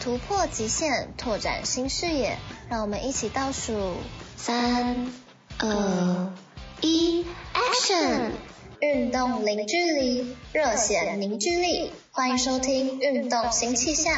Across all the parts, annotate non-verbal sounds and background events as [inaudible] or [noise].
突破极限，拓展新视野，让我们一起倒数三、二、一，Action！运动零距离，热血凝聚力，欢迎收听《运动新气象》。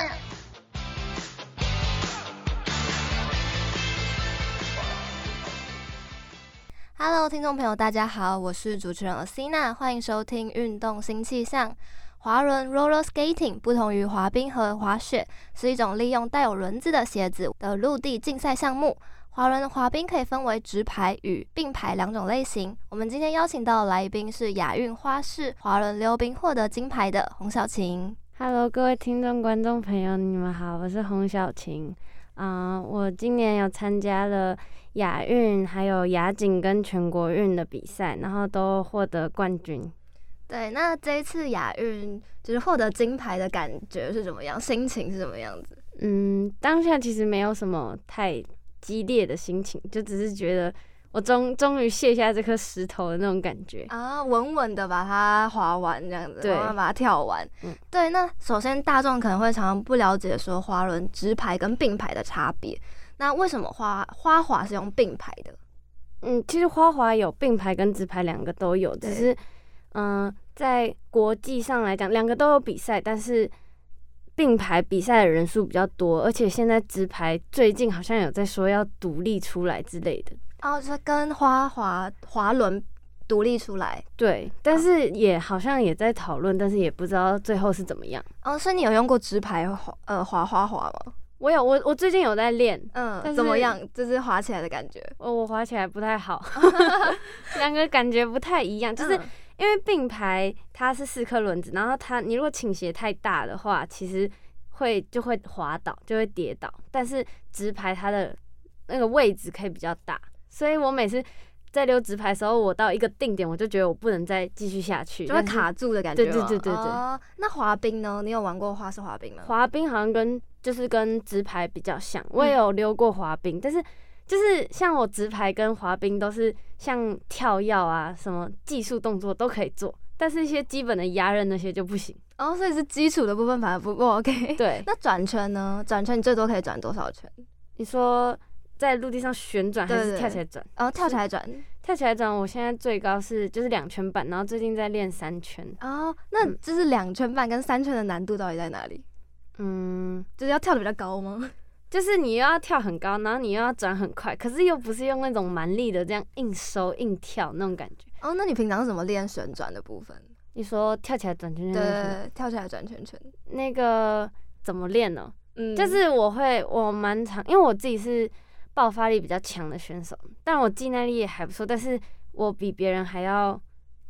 Hello，听众朋友，大家好，我是主持人 Asina，欢迎收听《运动新气象》。滑轮 （roller skating） 不同于滑冰和滑雪，是一种利用带有轮子的鞋子的陆地竞赛项目。滑轮的滑冰可以分为直排与并排两种类型。我们今天邀请到的来宾是亚运花式滑轮溜冰获得金牌的洪小晴。 Hello，各位听众、观众朋友，你们好，我是洪小晴。啊、我今年有参加了亚运、还有亚锦跟全国运的比赛，然后都获得冠军。对，那这一次亚运就是获得金牌的感觉是怎么样？心情是怎么样子？嗯，当下其实没有什么太激烈的心情，就只是觉得我终终于卸下这颗石头的那种感觉。啊，稳稳的把它滑完这样子，对慢慢把它跳完。嗯对，那首先大众可能会常常不了解说滑轮直排跟并排的差别。那为什么花花滑是用并排的？嗯，其实花滑有并排跟直排两个都有，对只是嗯、呃在国际上来讲，两个都有比赛，但是并排比赛的人数比较多，而且现在直排最近好像有在说要独立出来之类的，哦，就是跟花滑滑轮独立出来。对，但是也好像也在讨论，但是也不知道最后是怎么样。哦，所以你有用过直排滑呃滑花滑吗？我有我我最近有在练，但嗯，是怎么样？就是滑起来的感觉，我我滑起来不太好，两个感觉不太一样，就是嗯因为并排它是四颗轮子，然后它你如果倾斜太大的话，其实会就会滑倒，就会跌倒。但是直排它的那个位置可以比较大，所以我每次在溜直排的时候，我到一个定点，我就觉得我不能再继续下去，就会但是卡住的感觉吗。对对对对对哦，那滑冰呢？你有玩过花式滑冰吗？滑冰好像跟就是跟直排比较像，我也有溜过滑冰，但是就是像我直排跟滑冰都是像跳跃啊，什么技术动作都可以做，但是一些基本的压刃那些就不行。哦，所以是基础的部分反而不不 [laughs] OK。对，那转圈呢？转圈你最多可以转多少圈？你说在陆地上旋转还对是对跳起来转？然后哦跳起来转。跳起来转，我现在最高是就是两圈半，然后最近在练三圈。哦，那嗯就是两圈半跟三圈的难度到底在哪里？嗯，就是要跳的比较高吗？就是你又要跳很高，然后你又要转很快，可是又不是用那种蛮力的这样硬收硬跳那种感觉。哦，那你平常是怎么练旋转的部分？你说跳起来转圈圈那个是吗对，跳起来转圈圈。那个怎么练呢？嗯就是我会，我蛮常，因为我自己是爆发力比较强的选手，但我肌耐力也还不错，但是我比别人还要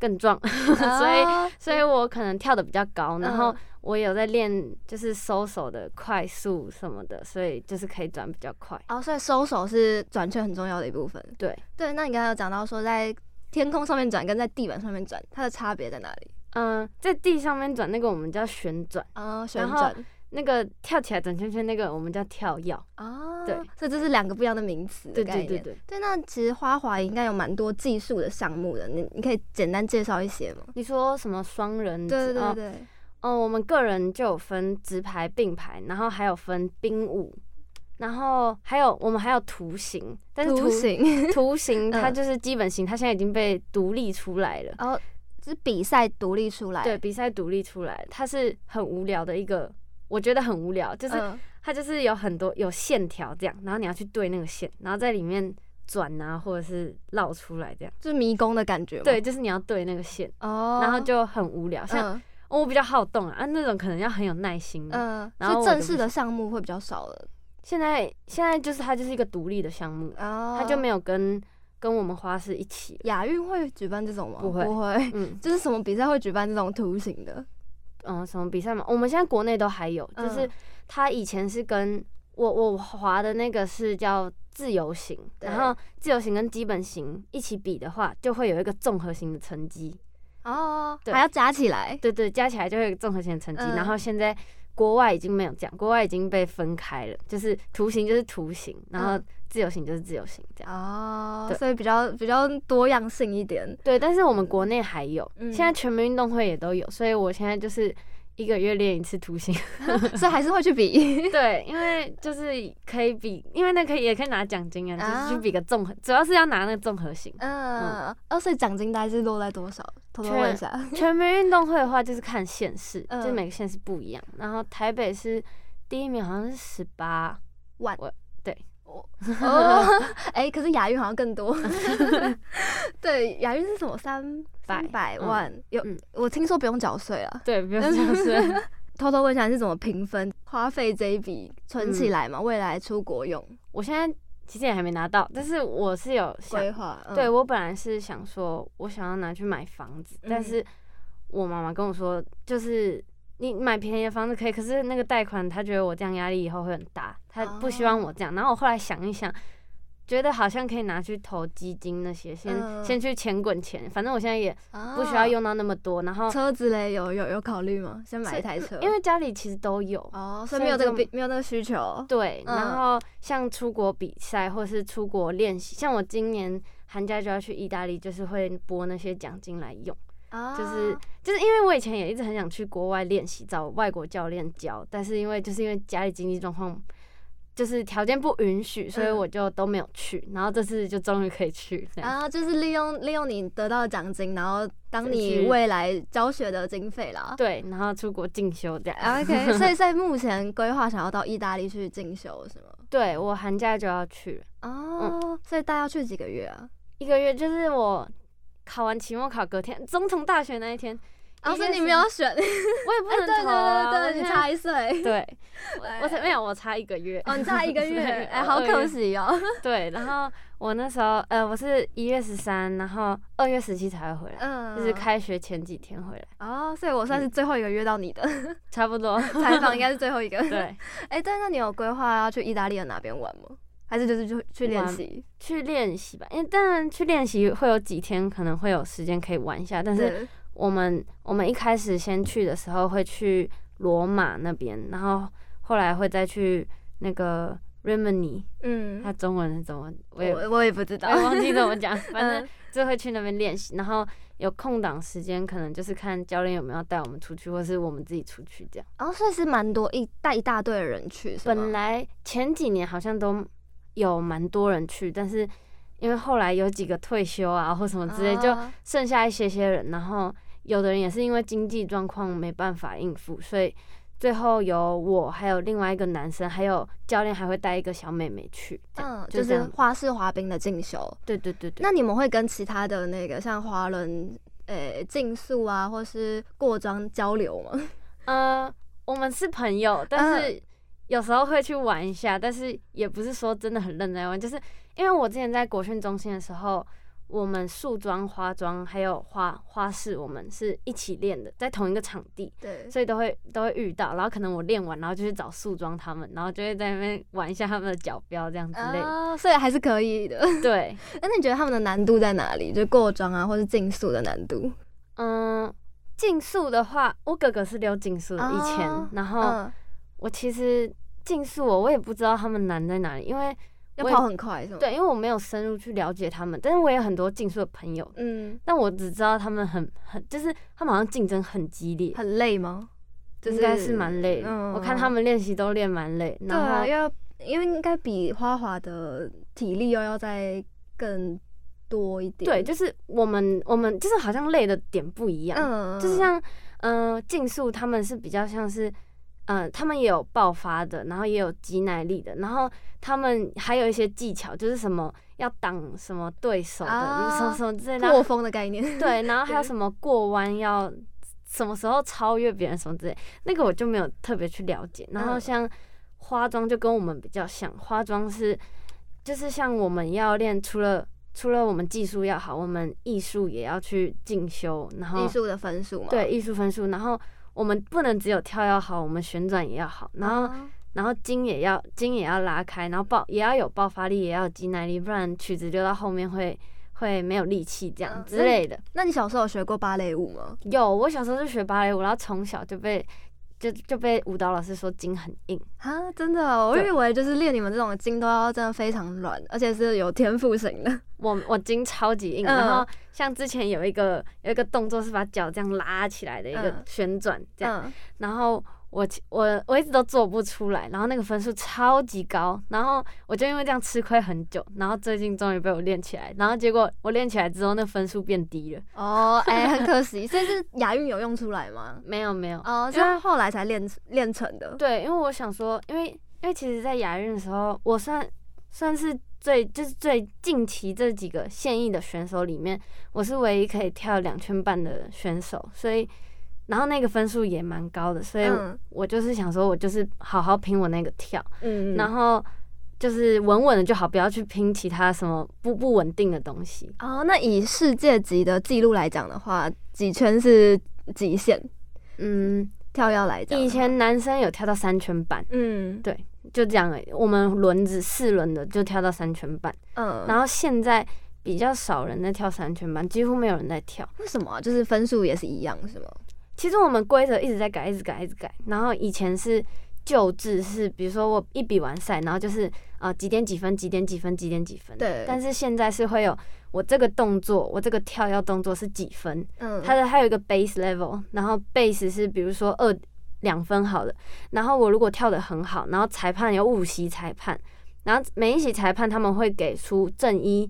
更壮， [laughs] 所以哦所以我可能跳的比较高，嗯然后我有在练就是收手的快速什么的，所以就是可以转比较快。哦，所以收手是转圈很重要的一部分。对，对，那你刚才有讲到说在天空上面转跟在地板上面转，它的差别在哪里？嗯、在地上面转那个我们叫旋转，啊、旋然后转那个跳起来转圈圈那个我们叫跳跃。啊，对，所以这是两个不一样的名词的对概念。对对对，对，那其实花滑应该有蛮多技术的项目的，你你可以简单介绍一些吗？你说什么双人？对哦对对，哦，我们个人就有分直排、并排，然后还有分冰舞，然后还有我们还有图形，但是图图形，[laughs] 图形 [laughs] 它嗯哦就是基本形，它现在已经被独立出来了。然后是比赛独立出来，对，，比赛独立出来，它是很无聊的一个，我觉得很无聊，就是嗯、它就是有很多有线条这样，然后你要去对那个线，然后在里面转啊，或者是绕出来这样。就是迷宫的感觉嘛。对，，就是你要对那个线，哦，然后就很无聊。像嗯哦我比较好动啊，啊那种可能要很有耐心。嗯，然后就我正就式不的项目会比较少了，现在现在就是它就是一个独立的项目，哦，它就没有跟跟我们花市一起了。亚运会举办这种吗？不会不会， [laughs] 嗯呃就是什么比赛会举办这种图形的？嗯，什么比赛嘛？我们现在国内都还有，嗯就是它以前是跟我我滑的那个是叫自由型，对然后自由型跟基本型一起比的话，就会有一个综合型的成绩。哦，对还要加起来，对对，加起来就会有一个综合型的成绩。嗯然后现在国外已经没有这样，国外已经被分开了，就是图形就是图形，然后嗯自由型就是自由型这样。哦，对所以比较比较多样性一 [laughs] 点，对，但是我们国内还有，嗯现在全民运动会也都有，所以我现在就是一个月练一次图形。 [laughs] 所以还是会去比。对，因为就是可以比，因为那可以也可以拿奖金啊，啊。就是去比个综合，主要是要拿那个综合型 [laughs] 嗯，哦，所以奖金大概是落在多少？偷偷确问一下。全民运动会的话，就是看县市，嗯就是每个县市不一样。然后台北是第一名，好像是十八，万我对哦，哎、可是亚运好像更多。 [laughs] 对，亚运是什么？三百三百嗯万、有、嗯我听说不用缴税啊。对， [laughs] 不用讲是偷偷问一下，你是怎么平分花费这一笔存起来嗯嘛？未来出国用我现在其实也还没拿到，但是我是有想规划？嗯对，我本来是想说，我想要拿去买房子，但嗯是我妈妈跟我说，就是你买便宜的房子可以，可是那个贷款，她觉得我这样压力以后会很大，她不希望我这样。然后我后来想一想，觉得好像可以拿去投基金那些，先、嗯先去钱滚钱，反正我现在也不需哦要用到那么多。然后车子嘞，有有有考虑吗？先买一台车，因为家里其实都有。哦，所以所以没有这个这个必没有那个需求。对，嗯然后像出国比赛或是出国练习，像我今年寒假就要去意大利，就是会拨那些奖金来用。啊就是就是因为我以前也一直很想去国外练习，找外国教练教，但是因为就是因为家里经济状况就是条件不允许，所以嗯我就都没有去。然后这次就终于可以去，这样啊，就是利用利用你得到的奖金，然后当就你去未来教学的经费啦。对，然后出国进修这样。 OK，所以所以目前规划想要到意大利去进修是吗？对我寒假就要去了，哦、所以大概要去几个月啊？一个月就是我考完期末考隔天，总统大选那一天，啊，一所月以你十没有选，哎我也不 [laughs] 对能对投啊、对对，我现你在差一岁， [laughs] 对，哎我才没有，我差一个月。哦，你差一个 [laughs] 月，对哎、我好二月可惜 [laughs] 哦。对，然后我那时候呃，我是一月十三，然后二月十七才会回来，嗯，就是开嗯学前几天回来，哦，所以我算是最后一个约到你的差不 [laughs] 多。采访，应该是最后一个。， [laughs] 对， [laughs] 哎、但那你有规划要去意大利的哪边玩吗？还是就是去去练玩习？去练习吧，因为当然去练习会有几天可能会有时间可以玩一下，但是 [laughs] 对，我们我们一开始先去的时候会去罗马那边，然后后来会再去那个 Rimini，嗯，它中文是怎么啊我也我我我也不知道也，哦忘记怎么 [laughs] 讲，反正嗯就会去那边练习，然后有空档时间，可能就是看教练有没有带我们出去，或是我们自己出去这样。 [laughs] 哦，所以是蛮多一带一大堆的人去，是吗本来前几年好像都有蛮多人去，但是因为后来有几个退休啊或什么之类，就啊剩下一些些人。然后有的人也是因为经济状况没办法应付，所以最后有我，还有另外一个男生，还有教练还会带一个小妹妹去。这样嗯，就就这是样花式滑冰的进修。对对对对。那你们会跟其他的那个像滑轮、呃竞速啊，或是过桩交流吗？ [laughs] [laughs] 呃，我们是朋友，但是有时候会去玩一下，但是也不是说真的很认真在玩，就是因为我之前在国训中心的时候，我们束装、花装还有花花式，我们是一起练的，在同一个场地。对所以都会都会遇到，然后可能我练完，然后就去找束装他们，然后就会在那边玩一下他们的脚标这样之类的。啊，所以还是可以的。对， [laughs] 那你觉得他们的难度在哪里？就过桩啊，或是竞速的难度？嗯，竞速的话，我哥哥是溜竞速的，以前，哦然后我其实竞速我我也不知道他们难在哪里，因为要我也跑很快是吗？，对，因为我没有深入去了解他们，但是我有很多竞速的朋友，嗯，但我只知道他们很很就是他们好像竞争很激烈，很累吗？就应该是蛮累的。嗯我看他们练习都练蛮累，对然啊，后要因为应该比花滑的体力又要再更多一点。对，就是我们我们就是好像累的点不一样，嗯，就是像嗯竞速他们是比较像是。嗯，他们也有爆发的，然后也有肌耐力的，然后他们还有一些技巧，就是什么要挡什么对手的，啊什么什么之类的，然后过风的概念。 [laughs] 对，然后还有对什么过弯要什么时候超越别人什么之类，那个我就没有特别去了解。然后嗯像花妆就跟我们比较像，花妆是就是像我们要练，除了除了我们技术要好，我们艺术也要去进修， [laughs] 然后艺术的分数嘛。对艺术分数，然后我们不能只有跳要好，我们旋转也要好，然后啊然后筋也要筋也要拉开，然后爆也要有爆发力，也要有肌耐力，不然曲子溜到后面会会没有力气这样嗯之类的。那你小时候有学过芭蕾舞吗？有，我小时候就学芭蕾舞，然后从小就被就就被舞蹈老师说筋很硬，啊，真的、哦，我对以为就是练你们这种筋都要真的非常软，而且是有天赋型的。我我筋超级硬。嗯然后像之前有一个有一个动作是把脚这样拉起来的一个嗯旋转这样，嗯，然后。我其我我一直都做不出来，然后那个分数超级高，然后我就因为这样吃亏很久，然后最近终于被我练起来，然后结果我练起来之后，那分数变低了。哦，哎、很可惜，所以 [laughs] 是亚运有用出来 [laughs] 吗？没有没有，哦，因为是后来才练练成的。对，因为我想说，因为因为其实，在亚运的时候，我算算是最就是最近期这几个现役的选手里面，我是唯一可以跳两圈半的选手，所以然后那个分数也蛮高的，所以我嗯我就是想说，我就是好好拼我那个跳，嗯然后就是稳稳的就好，不要去拼其他什么不不稳定的东西。哦，那以世界级的记录来讲的话，几圈是极限嗯，跳跃来讲的话？以前男生有跳到三圈半，嗯对就这样而已。我们轮子四轮的就跳到三圈半。嗯，然然后后现在比较少人在跳三圈半，几乎没有人在跳。为什么啊、就是分数也是一样是吗？其实我们规则一直在改，一直改，一直改。然后以前是旧制，是比如说我一比完赛，然后就是呃几点几分，几点几分，几点几分。对但是现在是会有我这个动作，我这个跳跃动作是几分，嗯，它的还有一个 base level，然后 base 是比如说二两分好了，然后我如果跳得很好，然后裁判有五席裁判，然后每一席裁判他们会给出正一、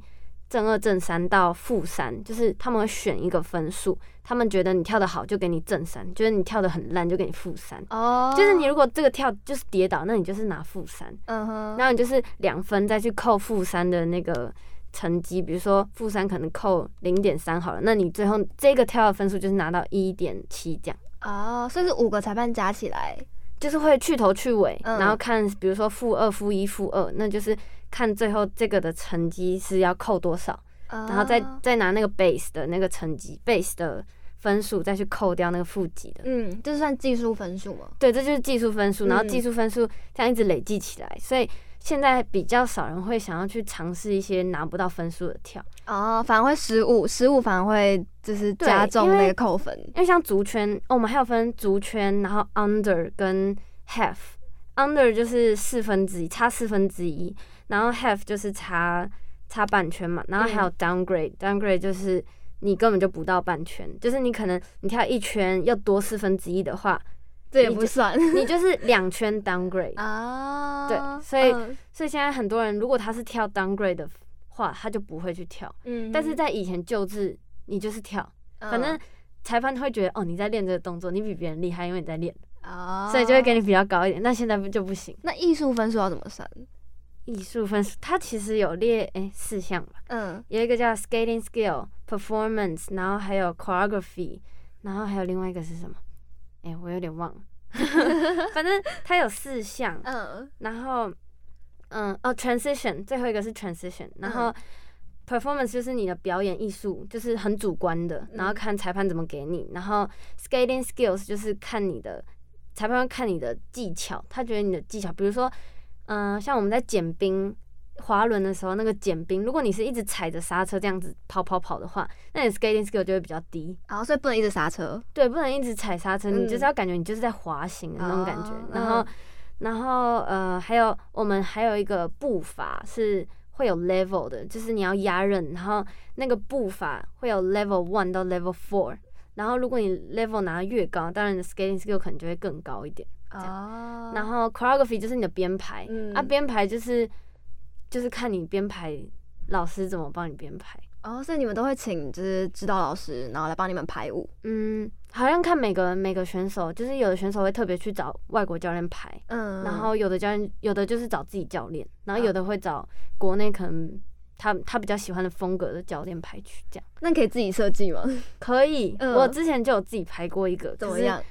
正二、正三到负三，就是他们会选一个分数，他们觉得你跳得好就给你正三，觉得你跳得很烂就给你负三，哦，就是你如果这个跳就是跌倒，那你就是拿负三，嗯哼，然后你就是两分再去扣负三的那个成绩，比如说负三可能扣零点三好了，那你最后这个跳的分数就是拿到一点七这样，哦，所以是五个裁判加起来，就是会去头去尾，嗯然后看比如说负二、负一、负二，那就是看最后这个的成绩是要扣多少，然后再哦再拿那个 base 的那个成绩 base 的分数再去扣掉那个负几的。嗯，这算技术分数吗？对，这就是技术分数，然后技嗯术分数这样一直累积起来，所以现在比较少人会想要去尝试一些拿不到分数的跳。哦，反而会失误，失误反而会就是加对重因为那个扣分。因为像足圈，哦，我们还有分足圈，然后 under 跟 half。under 就是四分之一，差四分之一，然后 half 就是差差半圈嘛，嗯然后还有 downgrade，downgrade、downgrade 就是你根本就不到半圈，就是你可能你跳一圈要多四分之一 [laughs] 的话，这也你不就算 [laughs] 你就是两圈 downgrade。啊对所以嗯所以现在很多人如果他是跳 downgrade 的话，他就不会去跳，嗯但是在以前旧制，你就是跳，反正裁判会觉得哦你在练这个动作，你比别人厉害，因为你在练。哦，所以就会给你比较高一点。那现在不就不行？那艺术分数要怎么算？艺术分数它其实有列诶、四项吧，嗯，有一个叫 skating skill、performance，然后还有 choreography，然后还有另外一个是什么？诶、我有点忘了。 [laughs] 反正它有 [laughs] 四项，嗯然后嗯哦 transition 最后一个是 transition，然后嗯 performance 就是你的表演艺术，就是很主观的，然后嗯看裁判怎么给你，然后 skating skills 就是看你的裁判会看你的技巧，他觉得你的技巧，比如说嗯、呃像我们在减冰。滑轮的时候，那个减冰，如果你是一直踩着刹车这样子跑跑跑的话，那你 skating skill 就会比较低。然后哦所以不能一直刹车。对，不能一直踩刹车，嗯你就是要感觉你就是在滑行的那种感觉。哦然后嗯，然后呃，还有我们还有一个步伐是会有 level 的，就是你要压刃，然后那个步伐会有 level one 到 level four。然后，如果你 level 拿得越高，当然你的 skating skill 可能就会更高一点。哦然后 choreography 就是你的编排，嗯啊，编排就是就是看你编排老师怎么帮你编排。哦，所以你们都会请就是指导老师，然后来帮你们排舞。嗯，好像看每个每个选手，就是有的选手会特别去找外国教练排，嗯然后有的教练有的就是找自己教练，然后嗯有的会找国内可能他他比较喜欢的风格的教练排去这样。那你可以自己设计吗？ [laughs] 可以，嗯我之前就有自己排过一个，怎可么是样？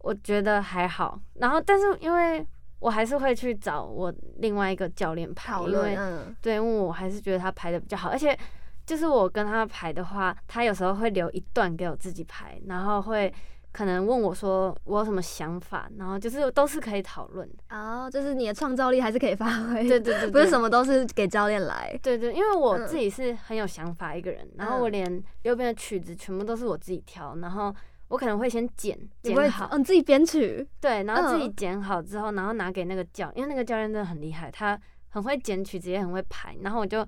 我觉得还好。然后，但是因为我还是会去找我另外一个教练排，讨因为论嗯对，因为我还是觉得他排的比较好，而且就是我跟他排的话，他有时候会留一段给我自己排，然后会可能问我说我有什么想法，然后就是都是可以讨论的。哦，就是你的创造力还是可以发挥，对对对，不是什么。么都是给教练来。对对，因为我嗯自己是很有想法一个人，然嗯后我连右边的曲子全部都是我自己挑，然后我可能会先剪你不会剪好，哦，你自己编曲，对，然后自己嗯剪好之后，然后拿给那个教，因为那个教练真的很厉害，他很会剪曲子，也很会排，然后我就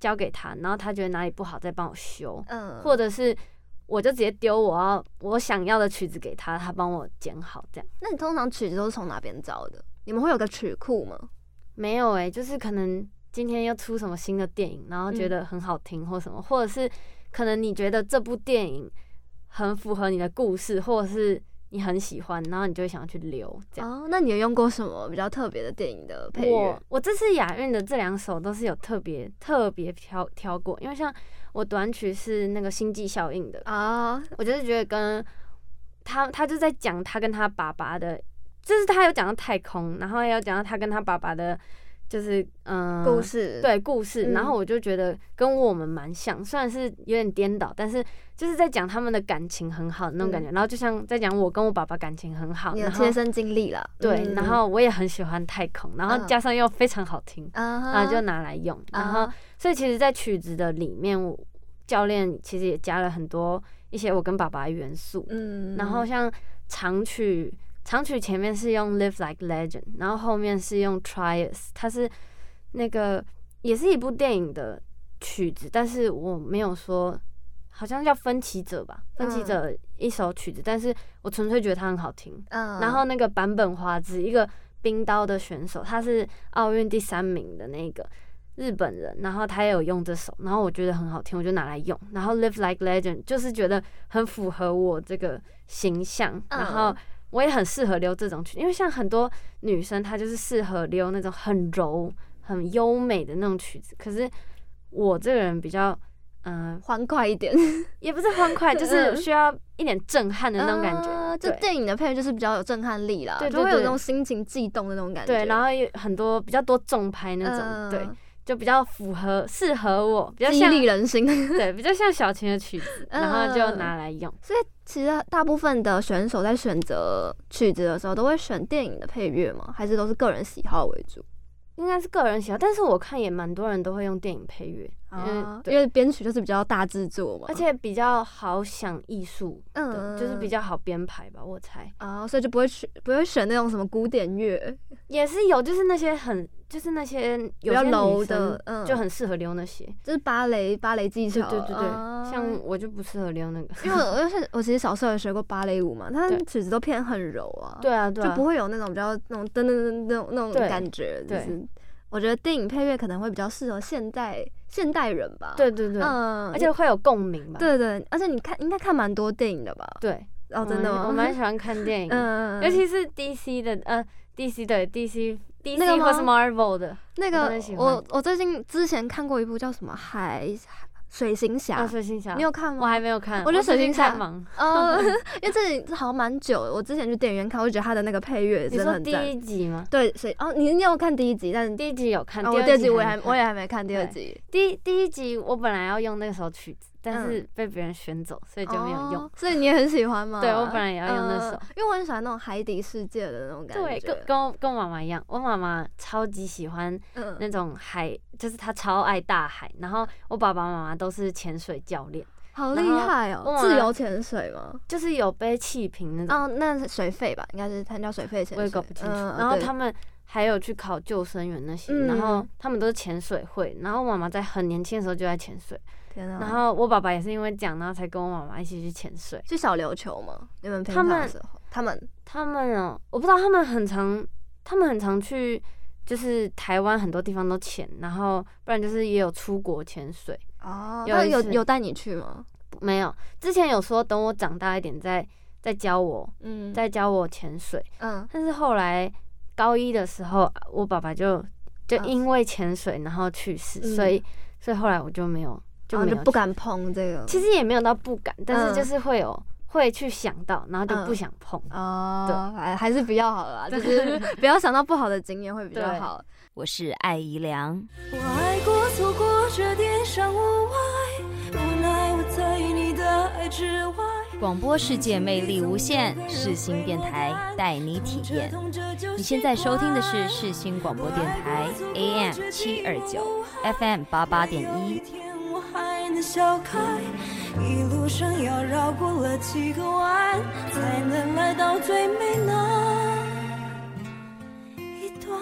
交给他，然后他觉得哪里不好再帮我修，嗯，或者是我就直接丢我要我想要的曲子给他，他帮我剪好这样。那你通常曲子都是从哪边找的？你们会有个曲库吗？没有诶、就是可能今天又出什么新的电影，然后觉嗯得很好听或什么，或者是可能你觉得这部电影很符合你的故事，或者是你很喜欢，然后你就会想要去留这样。哦，那你有用过什么比较特别的电影的配我乐？我这次亚运的这两首都是有特别特别挑挑过，因为像我短曲是那个《星际效应》的，啊，我就是觉得跟他，他就在讲他跟他爸爸的，就是他有讲到太空，然后也有讲到他跟他爸爸的，就是嗯、呃故，事，对故事。嗯然后我就觉得跟我们蛮像，虽然是有点颠倒，但是就是在讲他们的感情很好的那种感觉。然后就像在讲我跟我爸爸感情很好，嗯你的然后切身经历啦。对，嗯然后我也很喜欢太空，然后嗯加上又非常好听，啊哈，然后就拿来用，然后啊所以其实，在曲子的里面，我教练其实也加了很多一些我跟爸爸的元素。嗯然后像长曲，长曲前面是用 Live Like Legend，然后后面是用 Trias，它是那个也是一部电影的曲子，但是我没有说。好像叫《分歧者》吧，《分歧嗯者》一首曲子，但是我纯粹觉得它很好听。嗯然后那个坂本花织，一个冰刀的选手，他是奥运第三名的那个日本人，然后他也有用这首，然后我觉得很好听，我就拿来用。然后 Live Like Legend 就是觉得很符合我这个形象，嗯然后我也很适合溜这种曲，因为像很多女生她就是适合溜那种很柔、很优美的那种曲子，可是我这个人比较。嗯、欢快一点 [laughs] 也不是欢快，就是嗯需要一点震撼的那种感觉。啊就对电影的配乐就是比较有震撼力啦，对就对会有对那种心情悸动的那种感觉。对，然后有很多比较多重拍那种，嗯对，，就比较符合适合我，比较激像励人心。 [laughs] 对，比较像小琴的曲子，嗯然后就拿来用。所以其实大部分的选手在选择曲子的时候，都会选电影的配乐吗？还是都是个人喜好为主？应该是个人喜好，但是我看也蛮多人都会用电影配乐，嗯，因对，为编曲就是比较大制作嘛，而且比较好想艺术，嗯对，就是比较好编排吧，我猜啊、所以就不会选不会选那种什么古典乐，也是有，就是那些很，就是那些有较些柔女的生嗯就很适合溜那些，哦就是芭蕾芭蕾技对巧，对对对，啊像我就不适合溜那个， [laughs] 因为我我是我其实小时候也学过芭蕾舞嘛，它对曲子都偏很柔啊， [laughs] 对啊对就啊不，会有那种比较那种噔噔噔那种那种对感觉，就对是我觉得电影配乐可能会比较适合现代现代人吧，对对对，嗯，而且会有共鸣吧，对对，而且你看应该看蛮多电影的吧？对。哦，真的吗？嗯 [laughs] 我蛮喜欢看电影，嗯，尤其是 DC 的，呃，DC 对 DC 那个 DC 吗或是 Marvel 的，那我个真的喜欢我我最近之前看过一部叫什么海水行侠，啊，水行侠，你有看吗？我还没有看，我觉得水最行近侠太忙。哦， [laughs] 因为这里好像蛮久了，我之前去电影院看，我就觉得他的那个配乐你真的说很第赞。一集吗？对，所以哦，你你有看第一集，但是第一集有看，哦，我二第二集我也还没看我也还没看第二对集，第一第一集我本来要用那首曲子，但嗯是被别人选走，所以就没有用哦。。所以你也很喜欢吗？ [laughs] 对我本来也要用那嗯首，因为我很喜欢那种海底世界的那种感对，觉。跟跟我跟我妈妈一样，我妈妈超级喜欢嗯那种海，就是她超爱大海。然后我爸爸妈妈都是潜水教练，好然厉后害我哦！妈自妈由潜水吗？就是有背气瓶那种。哦，那是水费吧，应该是参加水费钱。我也搞不清楚。哦嗯然后对他们还有去考救生员那些，然后嗯他们都是潜水会，然后我妈妈在很年轻的时候就在潜水，天啊，然后我爸爸也是因为这样，然后才跟我妈妈一起去潜水。去小琉球吗？你们平他常们的时候，他们他们哦、我不知道他们很常，他们很常去。就是台湾很多地方都潜，然后不然就是也有出国潜水，哦有那一有次有带你去吗？不没有。之前有说等我长大一点再再教我，嗯再教我潜水，嗯但是后来高一的时候，我爸爸就就嗯因为潜水然后去世，嗯所以所以后来我就没有就然后没就有去、哦不敢碰这个。其实也没有到不敢，但嗯是就是会有、会去想到，然后就嗯不想碰。哦，还还是比较好啦，就是 [laughs] 不要想到不好的经验会比较对好。我是艾怡良，我爱过、错过这点伤无碍，无奈我在你的爱之外。广播世界魅力无限，世新电台带你体验。你现在收听的是世新广播电台 AM 七二九 FM 八八点一。我还能笑开，一路上要绕过了几个弯，才能来到最美那一段。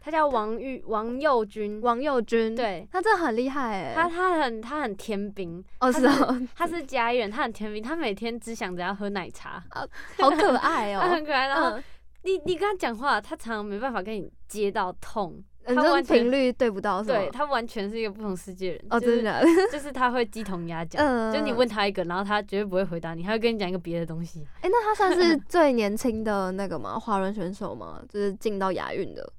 他叫王玉王佑君，王佑君，，对他真的很厉害哎、他他很他很天兵，哦他是哦，他是嘉义人，他很天兵，他每天只想着要喝奶茶，好可爱 [laughs] 他哦、很可爱。然后嗯，你你跟他讲话，他常常没办法跟你接到痛，嗯你他这完全频率对不到是吗？对他完全是一个不同世界的人。哦，就是真的假的，就是他会鸡同鸭讲，嗯就你问他一个，然后他绝对不会回答你，他会跟你讲一个别的东西。哎、那他算是最年轻的那个吗？ [laughs] 华人选手吗？就是进到亚运的，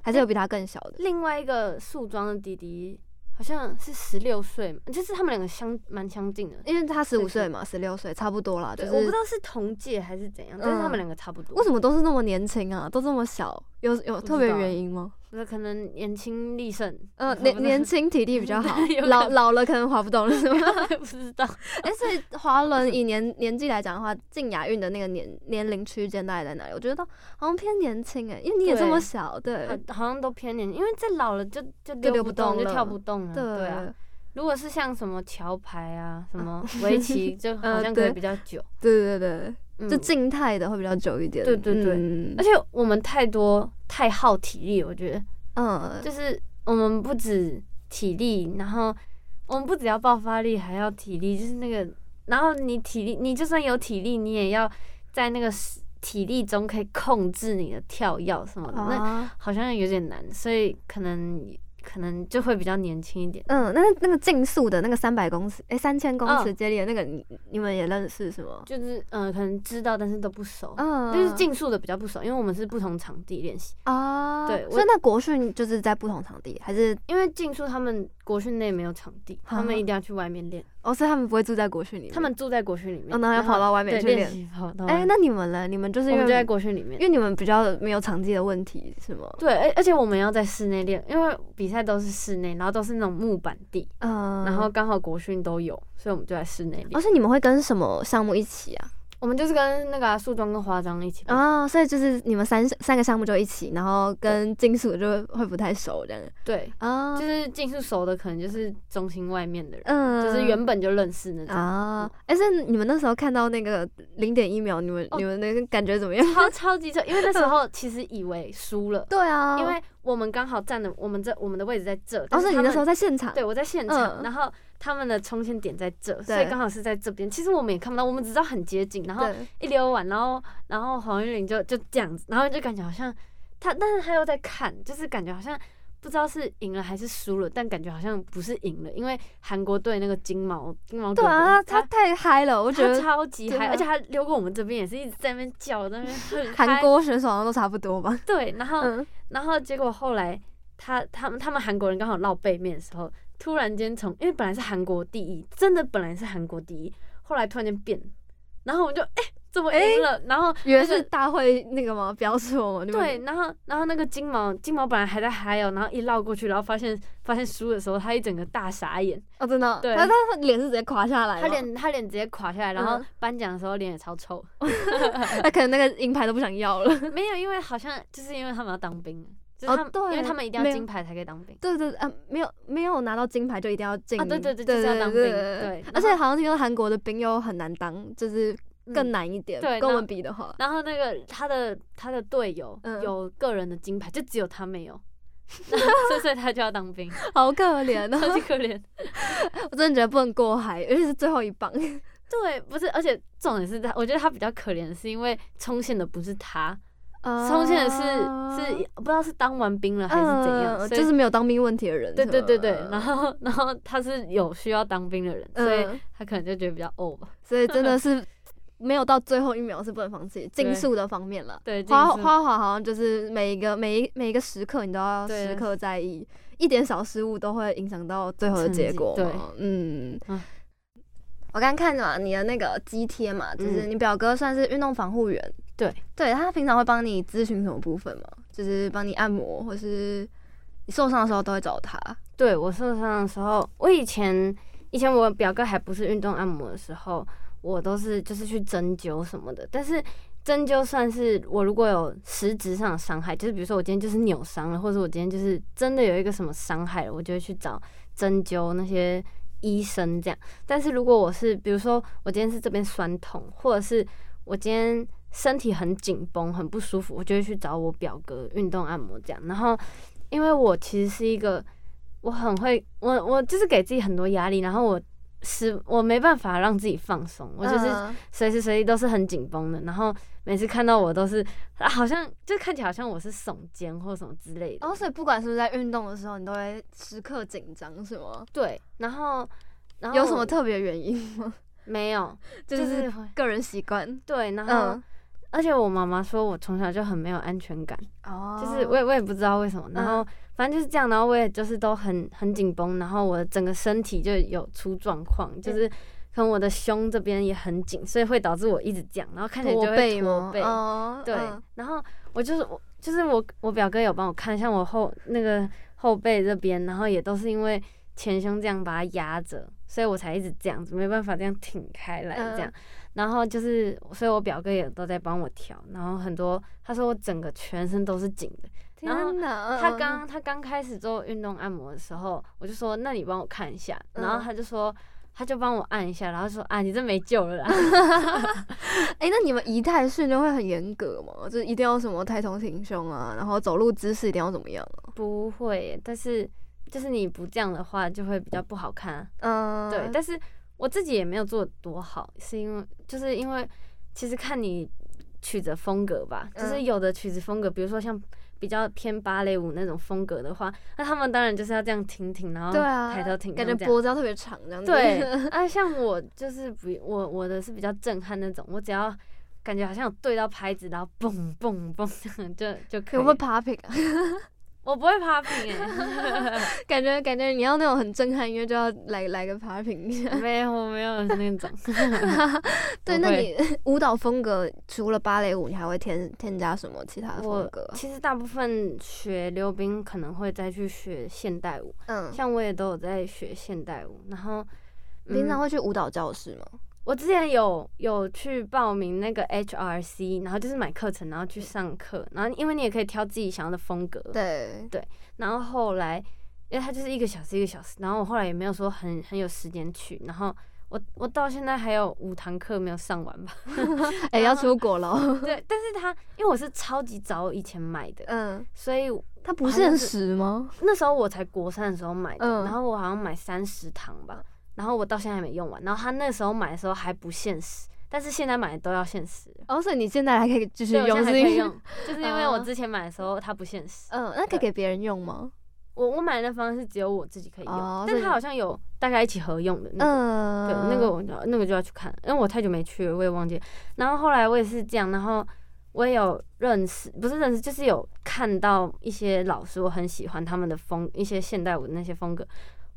还是有比他更小的？另外一个素装的弟弟好像是十六岁嘛，就是他们两个相蛮相近的。因为他十五是岁嘛，十六岁差不多啦。就对，是我不知道是同届还是怎样，但是嗯他们两个差不多。为什么都是那么年轻啊，都这么小，有有知特别道原因吗？不是可能年轻力盛？呃，不知年道 [laughs] 年轻体力比较好有，可老能老了可能滑不动了，是 [laughs] 吗？不知道。哎、所以滑轮以年 [laughs] 年纪来讲的话，进亚运的那个年年龄区间大概在哪里？我觉得好像偏年轻哎、因为你也这么对小，对好好像都偏年轻，因为这老了就就就溜溜不不动，动就跳了不动了。对对啊，如果是像什么桥牌啊、什么围棋， [laughs] 就好呃像可以对比较久。对对对嗯对，就静态的会比较久一点。对对对嗯而且我们太多太耗体力，我觉得嗯，就是我们不止体力，然后我们不只要爆发力，还要体力，就是那个，然后你体力，你就算有体力，你也要在那个时体力中可以控制你的跳跃什么的，那啊好像有点难，所以可能可能就会比较年轻一点。嗯，那那个竞速的那个三百公尺，哎、三千公尺嗯接力的那个，你你们也认识是吗？就是嗯、呃可能知道，但是都不熟，嗯，就是竞速的比较不熟，因为我们是不同场地练习。啊，对我所以那国训就是在不同场地，还是因为竞速他们国训内没有场地，他们啊一定要去外面练，哦，所以他们不会住在国训里面，他们住在国训里面，哦然后要跑到外面对去练练习跑到外哎、面。那你们呢？你们就是我因们为就在国训里面因。为你们比较没有场地的问题是吗？对，而而且我们要在室内练，因为比赛都是室内，然后都是那种木板地，嗯，然后刚好国训都有，所以我们就在室内而练。且你们会跟什么项目一起啊？哦我们就是跟那个啊树桩跟花桩一起练。啊、所以就是你们三三个项目就一起，然后跟金属就会会不太熟这样对，啊，就是竞速熟的可能就是中心外面的人，嗯就是原本就认识那种。啊，哎、所以你们那时候看到那个零点一秒，你们、哦你们那个感觉怎么样？，超超级丑，因为那时候其实以为输了 [laughs] 对啊，因为我们刚好站的我们这我们的位置在这，哦，但所以他你那们时候在现场，对我在现场，嗯然后他们的冲线点在这，所以对刚好是在这边。其实我们也看不到，我们只知道很接近，然后对一溜完，然后然后黄玉玲就就这样子，然后就感觉好像他，但是他又在看，就是感觉好像。不知道是赢了还是输了，但感觉好像不是赢了，因为韩国队那个金毛金毛对啊，他他太嗨了，我觉他得超级真嗨，的而且他溜过我们这边也是一直在那边叫，在那边很嗨韩国选手好像都差不多吧。对，然后、嗯，然后结果后来他他们他们韩国人刚好绕背面的时候，突然间从因为本来是韩国第一，真的本来是韩国第一，后来突然间变，然后我们就哎、怎么赢了？然后原来那个是大会那个吗？标错吗？你们对，，然后然后那个金毛金毛本来还在嗨哦，然后一绕过去，然后发现发现输的时候，他一整个大傻眼，哦，真的，对他他脸是 [laughs] 直接垮下来吗，他脸他脸直接垮下来，然后嗯颁奖的时候脸也超臭，他可能那个银牌都不想要了。 [laughs] 没有，因为好像就是因为他们要当兵，就是哦他们、对因为他们一定没要有金牌才可以当兵。 [laughs] 对对啊，没有没有拿到金牌就一定要进、啊对对对就对是要当兵对对然而且后好像听说韩国的兵又很难当，就是更难一点，对跟我那们比的话，然后那个他的他的队友嗯有个人的金牌，就只有他 [laughs] 没有， [laughs] 所以所以他就要当兵， [laughs] 好可 [laughs] 怜超级哦！可怜。我真的觉得不能过海，而且是最后一 [laughs] 棒。对，不是，而且重点是他，我觉得他比较可怜，是因为冲线的不是他，啊冲线的是是不知道是当完兵了还是怎样，嗯所以就是没有当兵问题的人。对对对对，是吗然后然后他是有需要当兵的人，所以嗯，他可能就觉得比较呕吧。所以真 [laughs] 的是没有到最后一秒是不能放弃对竞速的方面了。对，花就是花滑好像就是每一个每一每一个时刻，你都要对时刻在意，一点小失误都会影响到最后的成绩结果对嘛。嗯嗯，我刚看了你的那个肌贴嘛，就是嗯你表哥算是运动防护员，对，对他平常会帮你咨询什么部分吗？就是帮你按摩，或是你受伤的时候都会找他。对我受伤的时候，我以前以前我表哥还不是运动按摩的时候，我都是就是去针灸什么的。但是针灸算是我如果有实质上的伤害，就是比如说我今天就是扭伤了，或者我今天就是真的有一个什么伤害了，我就会去找针灸那些医生这样。但是如果我是比如说我今天是这边酸痛，或者是我今天身体很紧绷、很不舒服，我就会去找我表哥运动按摩这样。然后因为我其实是一个。我很会，我我就是给自己很多压力，然后我是我没办法让自己放松，我就是嗯随时随地都是很紧绷的，然后每次看到我都是、啊、好像就看起来好像我是耸肩或什么之类的。哦，所以不管是不是在运动的时候，你都会时刻紧张，是吗？对，然后然后有什么特别原因吗？没有？就就是是会个人习惯。对，然后、嗯，而且我妈妈说我从小就很没有安全感，哦嗯就是我也我也不知道为什么，然后反正就是这样，然后我也就是都很很紧绷，然后我的整个身体就有出状况，就是可能我的胸这边也很紧，所以会导致我一直这样，然后看起来就驼会背驼吗？背。哦对嗯，然后我就是我就是我我表哥有帮我看，像我后那个后背这边，然后也都是因为前胸这样把它压着，所以我才一直这样子，没办法这样挺开来这嗯样。然后就是，所以我表哥也都在帮我调，然后很多他说我整个全身都是紧的。然后天哪，他嗯刚他刚开始做运动按摩的时候，我就说那你帮我看一下，嗯然后他就说他就帮我按一下，然后说啊你这没救了啦，哎、那你们仪态训练会很严格吗？就是一定要什么抬头挺胸啊，然后走路姿势一定要怎么样、啊？不会耶，但是就是你不这样的话就会比较不好看啊、嗯，对，但是我自己也没有做得多好，是因为就是因为其实看你曲子风格吧，就是嗯有的曲子风格，比如说像比较偏芭蕾舞那种风格的话，那他们当然就是要这样挺挺，然后对啊，抬头挺胸这感样，觉脖子要特别长这样子。 [laughs] 对啊，像我就是不我我的是比较震撼那种，我只要感觉好像有对到拍子，然后蹦蹦蹦 [laughs] 就就可以可。会 popping，、啊、 [laughs] 我不会 popping 哎、感觉感觉你要那种很震撼音乐就要来来个 popping 一下。 [laughs] 没有我没有 [laughs] 那种。对，不那会你 [laughs] 舞蹈风格除了芭蕾舞，你还会添添加什么其他的风我格啊？其实大部分学溜冰可能会再去学现代舞，嗯，像我也都有在学现代舞，然后。嗯平常会去舞蹈教室吗？我之前有有去报名那个 HRC，然后就是买课程，然后去上课，然后因为你也可以挑自己想要的风格，对，然后后来，因为它就是一个小时一个小时，然后我后来也没有说很很有时间去，然后我我到现在还有五堂课没有上完吧？ [laughs] 哎、要出国了哦。对，但是它因为我是超级早以前买的， [laughs] 嗯，所以它不好限像是时吗？那时候我才国三的时候买的，嗯然后我好像买三十堂吧，然后我到现在还没用完，然后他那时候买的时候还不限时，但是现在买的都要限时。哦，所以你现在还可以继续对，我用，现在还是因可以为用， [laughs] 就是因为我哦之前买的时候它不限时，嗯，那可以对给别人用吗？我我买的那方是只有我自己可以用，哦但所以是它好像有大家一起合用的那种。嗯，对，那个我就那个就要去看，因为我太久没去了，我也忘记了。然后后来我也是这样，然后我也有认识，不是认识，就是有看到一些老师，我很喜欢他们的风，一些现代舞的那些风格。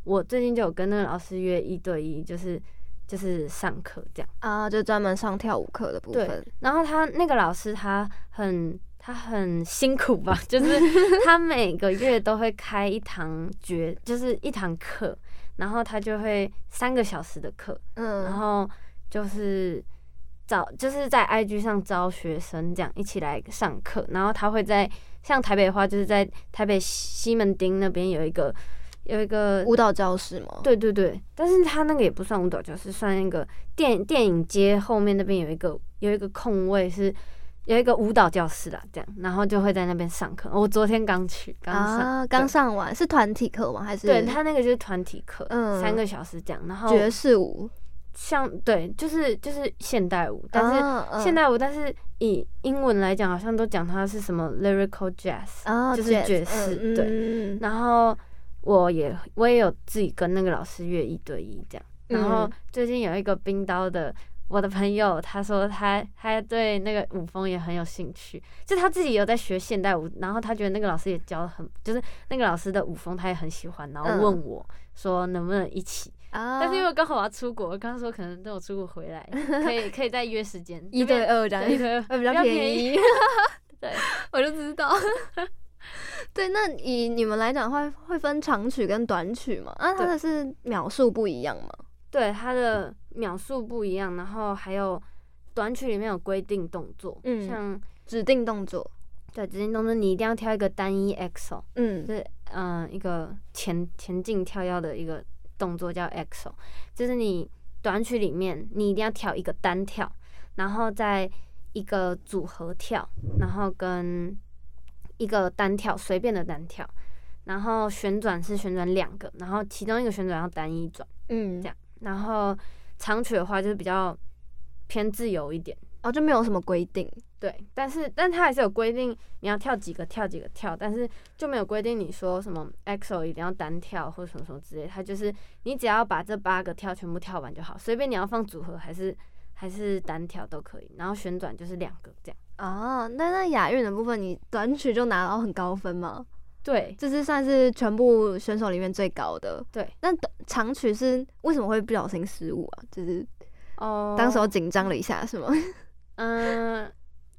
我最近就有跟那个老师约一对一，就是就是上课这样。啊，就专门上跳舞课的部对分。然后他那个老师他很他很辛苦吧，就是他每个月都会开一堂绝，就是一堂课，然后他就会三个小时的课，嗯，然后就是找就是在 IG 上招学生，这样一起来上课。然后他会在像台北的话，就是在台北西门町那边有一个有一个，舞蹈教室吗？，对对对，但是他那个也不算舞蹈教室，算一个电电影街后面那边有一个有一个空位是。有一个舞蹈教室啦，这样，然后就会在那边上课。我昨天刚去，刚上，啊，刚上完是团体课吗？还是对他那哦个就是团体课，嗯三个小时这样。然后爵士舞？像对，就是就是现代舞，但是是现代舞，但是以英文来讲，好像都讲它是什么 lyrical jazz，、啊就是爵士对对，嗯然后我也我也有自己跟那个老师约一对一这样，然后嗯最近有一个冰刀的。我的朋友他说他他对那个舞风也很有兴趣，就他自己有在学现代舞，然后他觉得那个老师也教的很，就是那个老师的舞风他也很喜欢，然后嗯问我说能不能一起，啊，但是因为刚好我要出国，我刚刚说可能等我出国回来可以可以再约时间，一对二这样对一对二会比较便宜，对，我就知道。 [laughs] 对，那以你们来讲的话，会分长曲跟短曲嘛？啊，它对的是秒数不一样吗？对它的秒数不一样，然后还有短曲里面有规定动作，嗯像指定动作，对指定动作你一定要挑一个单一 EXO，嗯就是嗯、呃一个前前进跳跃的一个动作叫 EXO，就是你短曲里面你一定要跳一个单跳，然后再一个组合跳，然后跟一个单跳随便的单跳，然后旋转是旋转两个，然后其中一个旋转要单一转，嗯这，样，然后长曲的话就是比较偏自由一点。哦，就没有什么规定，对，但是但它还是有规定，你要跳几个跳几个跳，但是就没有规定你说什么 EXO 一定要单跳或什么什么之类，它就是你只要把这八个跳全部跳完就好，随便你要放组合还是还是单跳都可以，然后旋转就是两个这样。哦，那那亚运的部分，你短曲就拿到很高分吗？对，这是算是全部选手里面最高的。对，那短长曲是为什么会不小心失误啊？就是哦当时我紧张了一下，是吗？ [laughs] 嗯、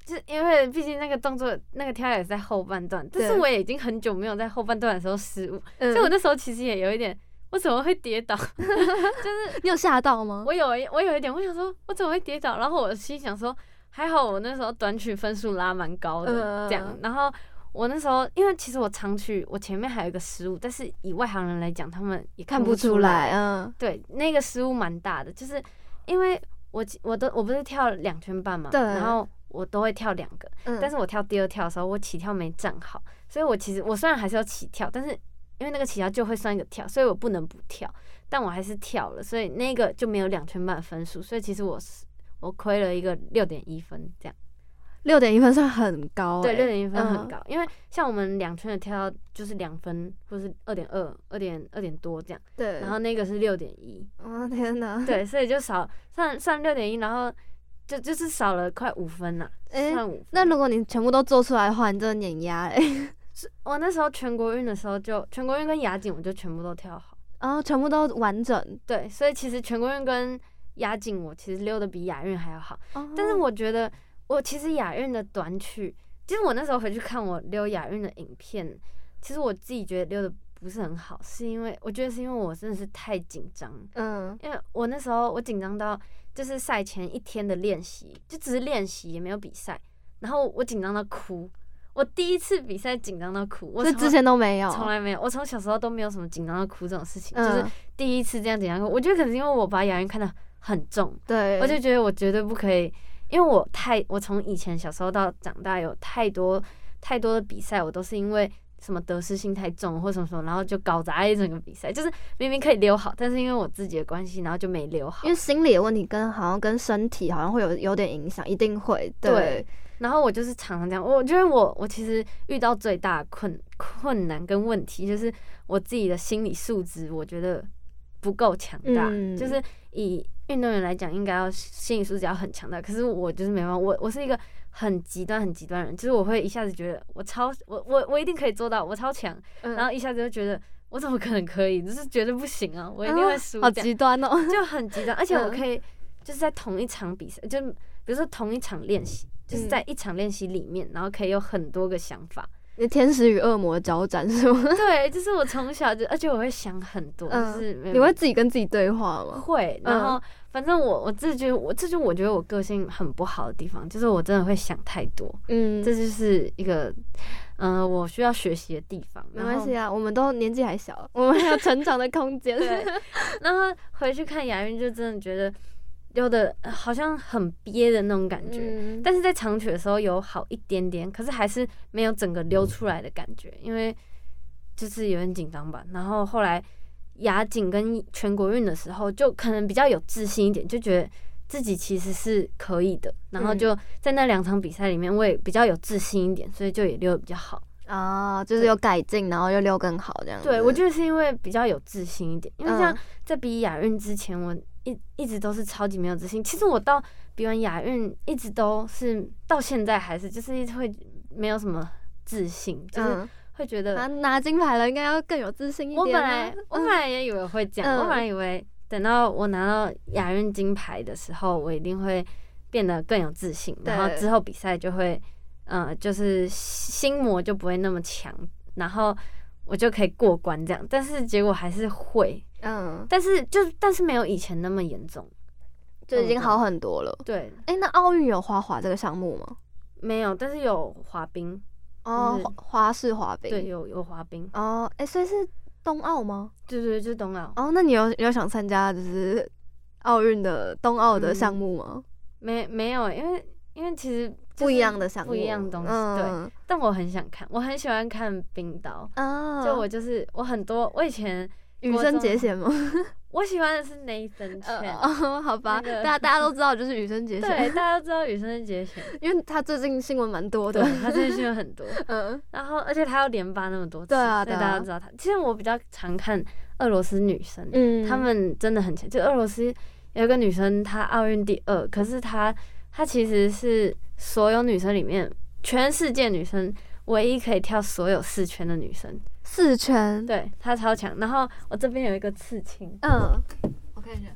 就是因为毕竟那个动作那个跳也是在后半段，但是对我也已经很久没有在后半段的时候失误，嗯所以我那时候其实也有一点，我怎么会跌倒？ [laughs] 就是你有吓到吗？我有一我有一点，我想说，我怎么会跌倒？然后我心想说，还好我那时候短曲分数拉蛮高的，嗯这样。然后我那时候，因为其实我长曲我前面还有一个失误，但是以外行人来讲，他们也看看不不出出来，来。嗯，对，那个失误蛮大的，就是因为我我都我不是跳两圈半嘛，对然后我都会跳两个，嗯但是我跳第二跳的时候，我起跳没站好，所以我其实我虽然还是要起跳，但是因为那个起跳就会算一个跳，所以我不能不跳，但我还是跳了，所以那个就没有两圈半的分数，所以其实我是我亏了一个六点一分这样，六点一分算很高欸、对，六点一分很嗯高，因为像我们两圈的跳到就是两分或是二点二、二点二点多这样，对。然后，那个是六点 [laughs] 一，哦天哪，对，所以就少算算六点一，然后就就是少了快五分呐、哎算五分。那如果你全部都做出来的话，你真的碾压哎、欸，我那时候全国运的时候就，全国运跟亚锦我就全部都跳好。然哦后全部都完整。对，所以其实全国运跟亚锦我其实溜的比亚运还要好。但是哦我觉得我其实亚运的短曲，其实我那时候回去看我溜亚运的影片，其实我自己觉得溜的不是很好，是因为我觉得是因为我真的是太紧张，嗯因为我那时候我紧张到就是赛前一天的练习，就只是练习也没有比赛，然后我紧张到哭。我第一次比赛紧张到哭，我这从来之前都没有，从来没有，我从小时候都没有什么紧张到哭这种事情，就是嗯第一次这样紧张过。我觉得可能是因为我把亚运看得很重，对，我就觉得我绝对不可以，因为我太我从以前小时候到长大有太多太多的比赛，我都是因为什么得失心太重或什么什么，然后就搞砸一整个比赛。就是明明可以溜好，但是因为我自己的关系，然后就没溜好因。为心理的问题跟好像跟身体好像会有有点影响，一定会对然后我就是常常这样，我觉得我我其实遇到最大的困困难跟问题，就是我自己的心理素质，我觉得不够强大。嗯就是以运动员来讲，应该要心理素质要很强大，可是我就是没办法，我我是一个很极端很极端的人，就是我会一下子觉得我超我我我一定可以做到，我超强，嗯然后一下子就觉得我怎么可能可以，就是绝对不行啊，我一定会输、好这样极端哦。 [laughs] [laughs] 就很极端，而且嗯我可以就是在同一场比赛，就比如说同一场练习，就是在一场练习里嗯面，然后可以有很多个想法。你天使与恶魔的交战是吗？对，就是我从小就，而且我会想很多，嗯就是没有你会自己跟自己对话吗？会，嗯然后反正我我自觉得我这就我觉得我个性很不好的地方，就是我真的会想太多，嗯，这就是一个嗯、呃我需要学习的地方。没关然后系啊，我们都年纪还小， [laughs] 我们还有成长的空间。对，然后回去看亚运就真的觉得溜的好像很憋的那种感觉，嗯，但是在长曲的时候有好一点点，可是还是没有整个溜出来的感觉，嗯因为就是有点紧张吧。然后后来亚锦跟全国运的时候，就可能比较有自信一点，就觉得自己其实是可以的。然后就在那两场比赛里面，我也比较有自信一点，所以就也溜的比较好。 [laughs] 啊，就是有改进，然后又溜更好这样子。对，我觉得是因为比较有自信一点，因为像嗯在比亚运之前，我一一直都是超级没有自信。其实我到比完亚运，一直都是到现在还是就是一直会没有什么自信，就是嗯，会觉得、拿拿金牌了，应该要更有自信一我本点啊。来我本来也以为会这样，嗯我本来以为等到我拿到亚运金牌的时候，我一定会变得更有自信，对然后之后比赛就会，呃，就是心魔就不会那么强，然后我就可以过关这样，但是结果还是会，嗯，但是就但是没有以前那么严重。就已经好很多了。对，哎、那奥运有花滑这个项目吗？没有，但是有滑冰，哦嗯，花花式滑冰。对，。有有滑冰，哦，哎、所以是冬奥吗？对对对，就是冬奥。哦，那你有有想参加就是奥运的冬奥嗯的项目吗？没没有，因为因为其实就是不一样的项目，不一样的东西。对，嗯、但我很想看，我很喜欢看冰刀。对，啊，就我就是我很多，我以前羽国生中结弦 [laughs] 吗？我喜欢的是 Nathan 呃 Chen，哦，好吧，那个大家大家都知道就是羽生结对，弦，大家都知道羽生结弦，因为他最近新闻蛮多对的，他真的是有很多，嗯，然后而且他要连发那么多次，对啊所以对啊大家都知道他。其实我比较常看俄罗斯女生，嗯她们真的很强。就俄罗斯有一个女生，她奥运第二，可是她她其实是所有女生里面，全世界女生唯一可以跳所有四圈的女生，四圈，对她超强。然后我这边有一个刺青，嗯，我看一下，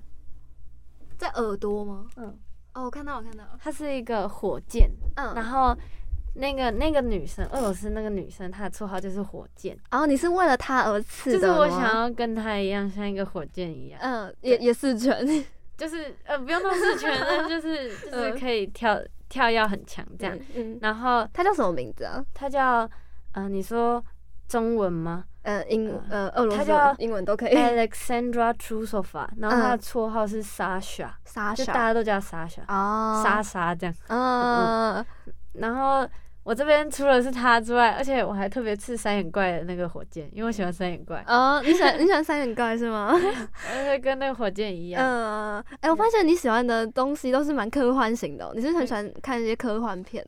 在耳朵吗？嗯，哦，我看到，我看到了，它是一个火箭，嗯，然后。那个那个女生，俄罗斯那个女生，她的绰号就是火箭，然后你是为了他而刺就的，是我想，要跟她一样，像一个火箭一样。嗯，也也四圈，就是呃，不用到四圈，但就是就是可以跳跳要很强这样。，嗯，然后他叫什么名字啊？它叫呃，你说中 [laughs] 文吗呃，英呃俄罗他斯叫呃文英文都可以。 [laughs] ？Alexandra Trusova，嗯然后她的绰号是 Sasha，莎就莎大家都叫 Sasha，哦，莎莎这样。嗯，然后我这边除了是她之外，而且我还特别刺三眼怪的那个火箭，因为我喜欢三眼怪，哦，你喜欢你喜欢三眼怪是吗？而且跟那个火箭 [laughs] 一样。嗯，哎、我发现你喜欢的东西都是蛮科幻型的哦、你是嗯很喜欢看一些科幻片？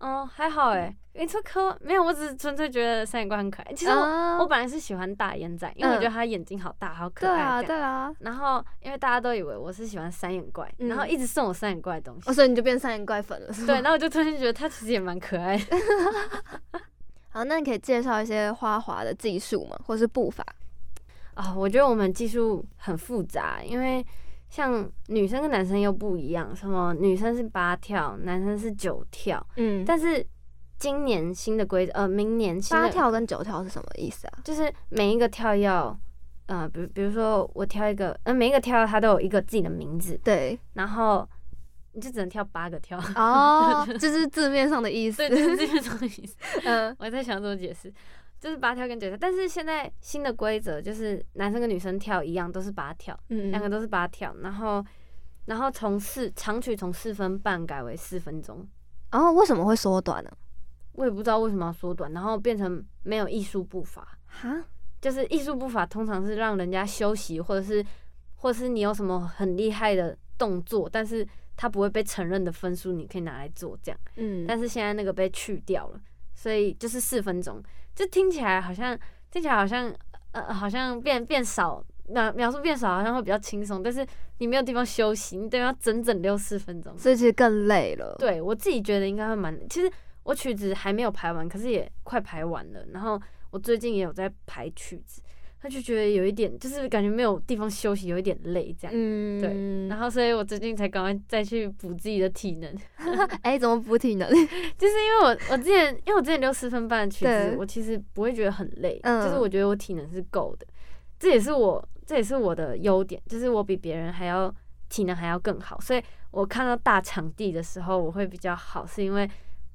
哦，还好哎。你说科没有，我只是纯粹觉得三眼怪很可爱。其实我啊我本来是喜欢大眼仔，因为我觉得他眼睛好大，好可嗯对爱。啊，对。啊，然后，因为大家都以为我是喜欢三眼怪，嗯然后一直送我三眼怪的东西哦，。所以你就变三眼怪粉了，是吗？对，然后我就突然觉得他其实也蛮可爱的。 [laughs] [laughs] 好，那你可以介绍一些花滑的技术吗？或是步伐？啊、我觉得我们技术很复杂，因为像女生跟男生又不一样，什么女生是八跳，男生是九跳。嗯但是今年新的规则，呃，明年新八的跳跟九跳是什么意思啊？就是每一个跳要，呃，比如比如说我跳一个，呃，每一个跳它都有一个自己的名字， [laughs] 对，然后你就只能跳八个跳。 [laughs] 哦，这是字面上的意思对，。就是这种意思。 [laughs] 嗯 [laughs] 我在想怎么解释，就是八跳跟九跳，但是现在新的规则就是男生跟女生跳一样，都是八跳，嗯，两、个都是八跳，然后然后从四长曲从四分半改为四分钟，然后、为什么会缩短呢、我也不知道为什么要缩短，然后变成没有艺术步伐，哈，就是艺术步伐通常是让人家休息，或者是或者是你有什么很厉害的动作，但是它不会被承认的分数，你可以拿来做这样。嗯，但是现在那个被去掉了，所以就是四分钟，就听起来好像听起来好像呃好像变变少描描述变少，好像会比较轻松，但是你没有地方休息，你等于要整整六四分钟。所以其实更累了。，对我自己觉得应该会蛮，其实我曲子还没有排完，可是也快排完了，然后我最近也有在排曲子，他就觉得有一点就是感觉没有地方休息，有一点累这样。嗯，对然后，所以我最近才赶快再去补自己的体能。哎、怎么补体能？就是因为我我之前因为我之前溜四分半的曲子对，我其实不会觉得很累，嗯就是我觉得我体能是够的，这也是我这也是我的优点，就是我比别人还要体能还要更好，所以我看到大场地的时候我会比较好，是因为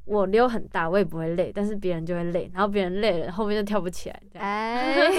我溜很大，我也不会累，但是别人就会累，然后别人累了后面就跳不起来，这样哎， [laughs]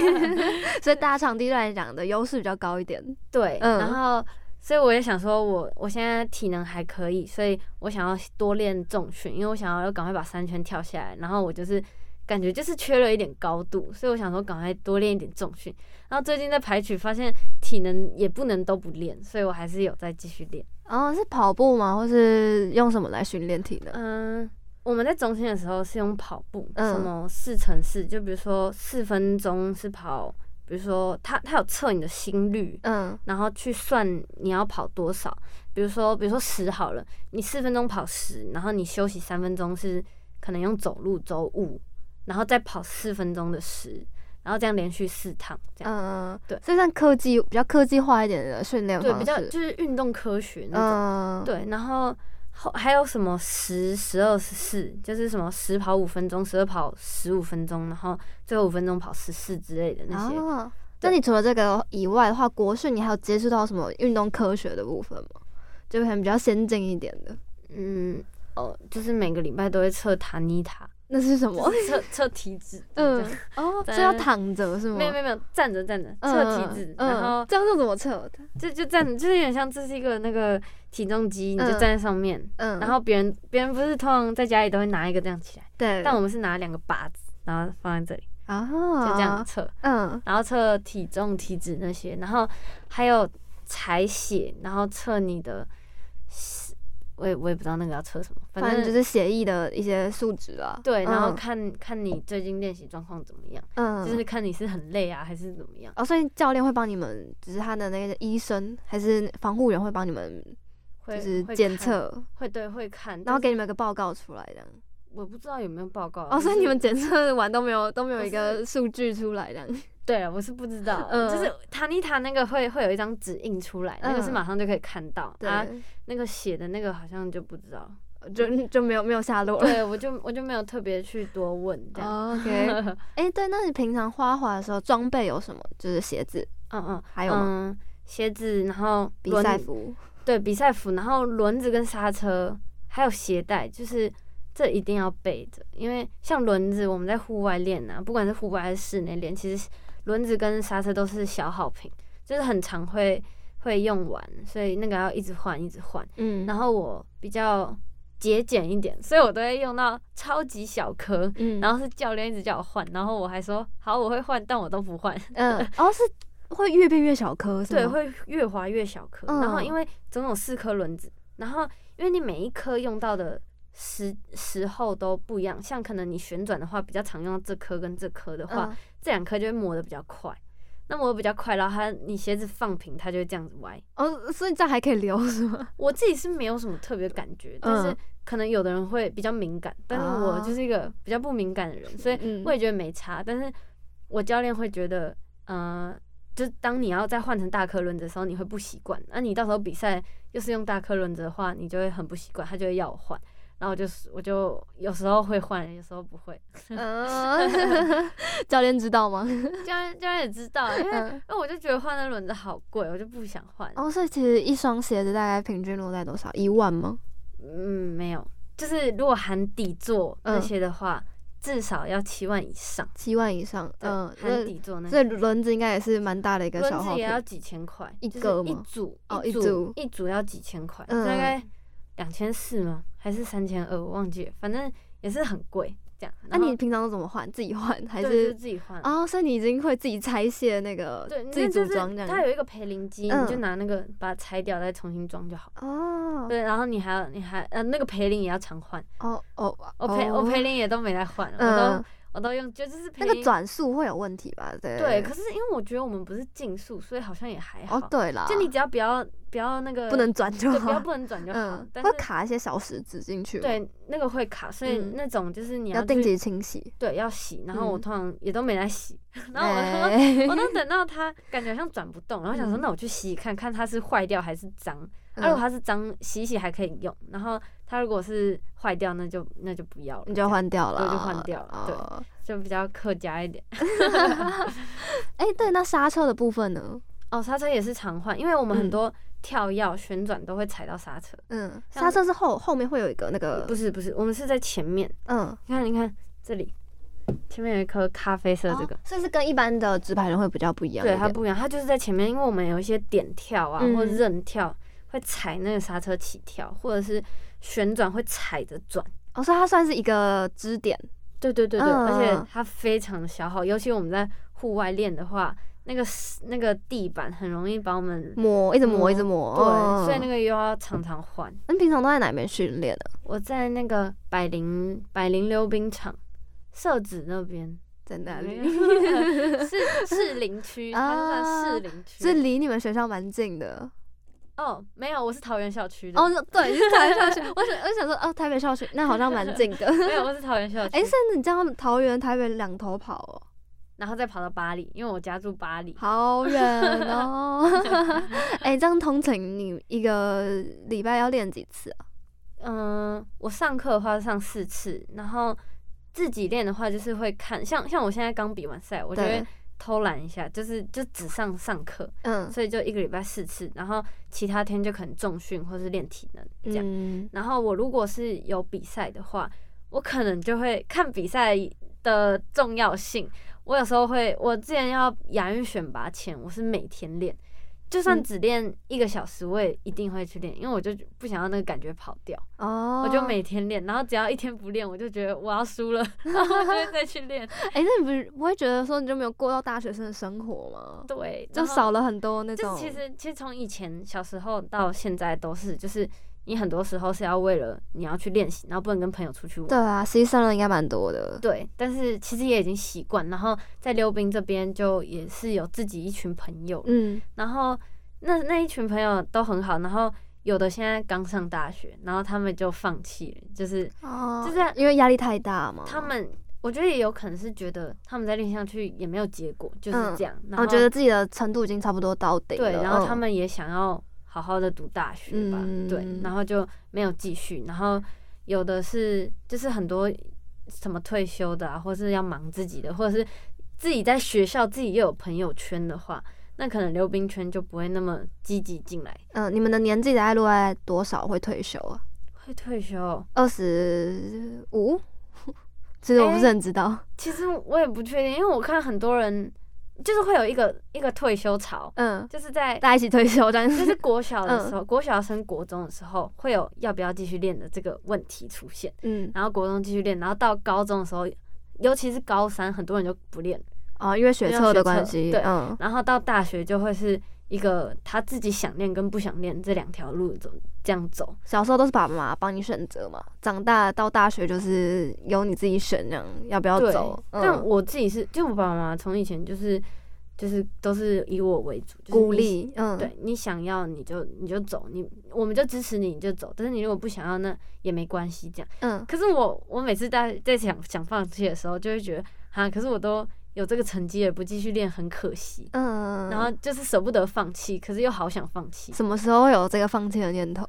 所以大场地来讲的优势比较高一点。对，嗯然后。所以我也想说我，我现在体能还可以，所以我想要多练重训，因为我想要赶快把三圈跳下来。然后我就是感觉就是缺了一点高度，所以我想说赶快多练一点重训。然后最近在排曲，发现体能也不能都不练，所以我还是有在继续练。哦，是跑步吗？或是用什么来训练体能？嗯，我们在中心的时候是用跑步，嗯什么四乘四，就比如说四分钟是跑，比如说它它有测你的心率，嗯然后去算你要跑多少。比如说，比如说十好了，你四分钟跑十，然后你休息三分钟是可能用走路走五，然后再跑四分钟的十，然后这样连续四趟，这样、嗯，对所以算科技比较科技化一点的训练对方比式。较就是运动科学那种。嗯，对，然后后还有什么十、十二、十四，就是什么十跑五分钟，十二跑十五分钟，然后最后五分钟跑十四之类的那些。哦，那你除了这个以外的话，国训你还有接触到什么运动科学的部分吗？就可能比较先进一点的，嗯，哦，就是每个礼拜都会测塔尼塔，那是什么就？是测测体脂，嗯嗯，，哦，在这要躺着是吗？没有没有没有，站着站着嗯测体脂，嗯然后这样是怎么测的？就就站，就是有点像这是一个那个体重机，你就嗯站在上面，嗯，然后别人别人不是通常在家里都会拿一个这样起来，对，但我们是拿两个靶子，然后放在这里，啊，就这样，测，嗯，然后测体重、体脂那些，然后还有采血，然后测你的，我也我也不知道那个要测什么，反反正正就是协议的一些数值啊，对，然后嗯看、看你最近练习状况怎么样，嗯，就是看你是很累啊还是怎么样。哦，所以教练会帮你们，只是他的那个医生还是防护员会帮你们，会就是会检看，测，会对会看，然后但是给你们个报告出来这样。我不知道有没有报告啊。哦，所以就是你们检测完都没有都没有不一个数据出来这样。对，我是不知道，嗯就是塔妮塔那个会会有一张纸印出来，那个是嗯马上就可以看到啊，对，那个写的那个好像就不 [laughs] 知道，就就没有没有下落了。对我就我就没有特别去多问这样，哦 OK，哎、 [laughs] 对，那你平常花滑的时候装备有什么？就是鞋子、嗯嗯，还有吗嗯鞋子，然后比轮赛服，对比赛服，然后轮子跟刹车，还有鞋带，就是这一定要备着，因为像轮子我们在户外练啊，不管是户外还是室内练，其实轮子跟刹车都是消耗品，就是很常会会用完，所以那个要一直换一直换。嗯，然后后我比较节俭一点，所以我都会用到超级小颗。嗯，然后后是教练一直叫我换，然后我还说好我会换，但我都不换。嗯，哦是会越变越小颗，是吗对，会越滑越小颗。然后嗯因为总有四颗轮子，然后因为你每一颗用到的时时候都不一样，像可能你旋转的话比较常用到这颗跟这颗的话，嗯这两颗就会磨得比较快。那磨得比较快，然后它你鞋子放平，它就会这样子歪。哦，所以这样还可以留是吗？我自己 [laughs] 是没有什么特别感觉，但是嗯可能有的人会比较敏感，但是我啊就是一个比较不敏感的人，所以嗯 [laughs] 我也觉得没差。但是我教练会觉得，呃，就是当你要再换成大颗轮子的时候，你会不习惯。那、你到时候比赛又是用大颗轮子的话，你就会很不习惯，他就会要我换。然后我就是我就有时候会换，有时候不会。 [laughs] [laughs] 嗯，教练知道吗？教练教练也知道，因为、嗯因为我就觉得换那轮子好贵，我就不想换。哦，所以其实一双鞋子大概平均落在多少？一万吗？嗯，没有，就是如果含底座那嗯些的话，至少要七万以上。七万以上？对，嗯，含底座那所以轮子应该也是蛮大的一个轮消子耗也品。要几千块，一就是个一吗组哦一一组组一组要几千块，嗯大概两千四吗？还是三千二？我忘记了，反正也是很贵。这样，那、然后你平常都怎么换？自己 [laughs] 换还对就是是？自己换？哦，所以你已经会自己拆卸那个对，，自己那就组是装这它样。有一个培灵机，嗯你就拿那个把它拆掉，再重新装就好。哦，对，然后你还要你还呃那个培灵也要常换，哦哦，我培我哦培灵也都没来换，我嗯都，我都用就就是培那灵个转速会有问题吧？对对，可是因为我觉得我们不是竞速，所以好像也还好。哦，对啦，就你只要不要不要那个不能转就对，不要好，不能转就好。嗯，但会是卡一些小石子进去，，对那个会卡，所以嗯那种就是你要去定期清洗。对要洗，然后我嗯通常也都没来洗， [laughs] 然后我都、哎 [laughs] 我都等到它感觉好像转不动，然后想说嗯那我去洗洗看看它是坏掉还是脏。啊、如果嗯它是脏，洗一洗还可以用，然后它如果是坏掉，那就那就不要了，啊你这就样换掉了，对就换掉了对哦就比较客家一点。哎、对，那刹车的部分呢？哦，刹车也是常换，因为我们很嗯多跳跃、旋转都会踩到刹车。嗯，像刹车是后后面会有一个那个，不是不是，我们是在前面。嗯，你看你看这里，前面有一颗咖啡色这个，哦，所以是跟一般的直排轮会比较不一样一对点。它不一样，它就是在前面，因为我们有一些点跳啊、嗯或韧跳会踩那个刹车起跳，或者是旋转会踩着转。哦，所以它算是一个支点，对对对对，嗯而且它非常消耗，尤其我们在户外练的话，那个 s- 那个地板很容易把我们。磨，一直磨，一直嗯对磨。，所以那个，个又要常常换。那平常都在哪边训练的？我在那个百灵百灵溜冰场，社子那边， [laughs] 在哪 [laughs] 没里？有是是林区，它是算啊是林区。是离你们学校蛮近的。哦，没有，我是桃园校区的。哦，，对，是台北校 [laughs] 区。我想，我想说，哦，台北校区那好像蛮近的。没有，我是桃园校区。哎、甚至你这样桃园、台北两头跑哦，然后再跑到巴黎，因为我家住巴黎。好远 [laughs] 哦。哎、这样通勤你一个礼拜要练几次啊？嗯、我上课的话上四次，然后自己练的话就是会看，像像我现在刚比完赛，我就对会偷懒一下，就是就只上上课，嗯所以就一个礼拜四次，然后其他天就可能重训或是练体能这样。嗯然后我如果是有比赛的话，我可能就会看比赛的重要性。我有时候会，我之前要亚运选拔前，我是每天练，就算嗯只练一个小时，我也一定会去练，因为我就不想要那个感觉跑掉，哦，我就每天练。然后只要一天不练，我就觉得我要输了，然后我就会再去练。哎、那你不是不会觉得说你就没有过到大学生的生活吗？对，就然后少了很多那就种，其实其实从以前小时候到现在都是，就是你很多时候是要为了你要去练习，然后不能跟朋友出去玩。对啊，牺牲了应该蛮多的。对，但是其实也已经习惯。然后在溜冰这边就也是有自己一群朋友，嗯，然后那那一群朋友都很好，然后有的现在刚上大学，然后他们就放弃了，就是哦就是因为压力太大嘛，哦他们。我觉得也有可能是觉得他们在练下去也没有结果，就是嗯这样。然后我觉得自己的程度已经差不多到顶了。对，然后嗯他们也想要好好的读大学吧，嗯对，然后就没有继续，然后有的是就是很多什么退休的啊，或是要忙自己的，或者是自己在学校自己又有朋友圈的话，那可能溜冰圈就不会那么积极进来。嗯，你们的年纪大概落在多少会退休啊？会退休？二十五？ [laughs] 其实我不是哎很知道。其实我也不确定，因为我看很多人就是会有一个一个退休潮，嗯，就是在 [laughs] 大家一起退休这样就子。 [laughs] 是国小的嗯时候，国小升国中的时候会有要不要继续练的这个问题出现。嗯，然后国中继续练，然后到高中的时候，尤其是高三，很多人就不练，哦，因为学因为测的学关测系。对嗯，然后到大学就会是一个他自己想练跟不想练这两条路走这样走。小时候都是爸爸妈妈帮你选择嘛，长大到大学就是由你自己选，这样要不要对走。嗯但我自己是，就我爸爸妈妈从以前就是就是都是以我为主，就是、鼓。励，嗯，对你想要你就你就走，你我们就支持你你就走，但是你如果不想要那也没关系这样。嗯，可是我我每次在在想想放弃的时候，就会觉得哈，可是我都有这个成绩了，不继续练很可惜。嗯，然后就是舍不得放弃，可是又好想放弃。什么时候会有这个放弃的念头？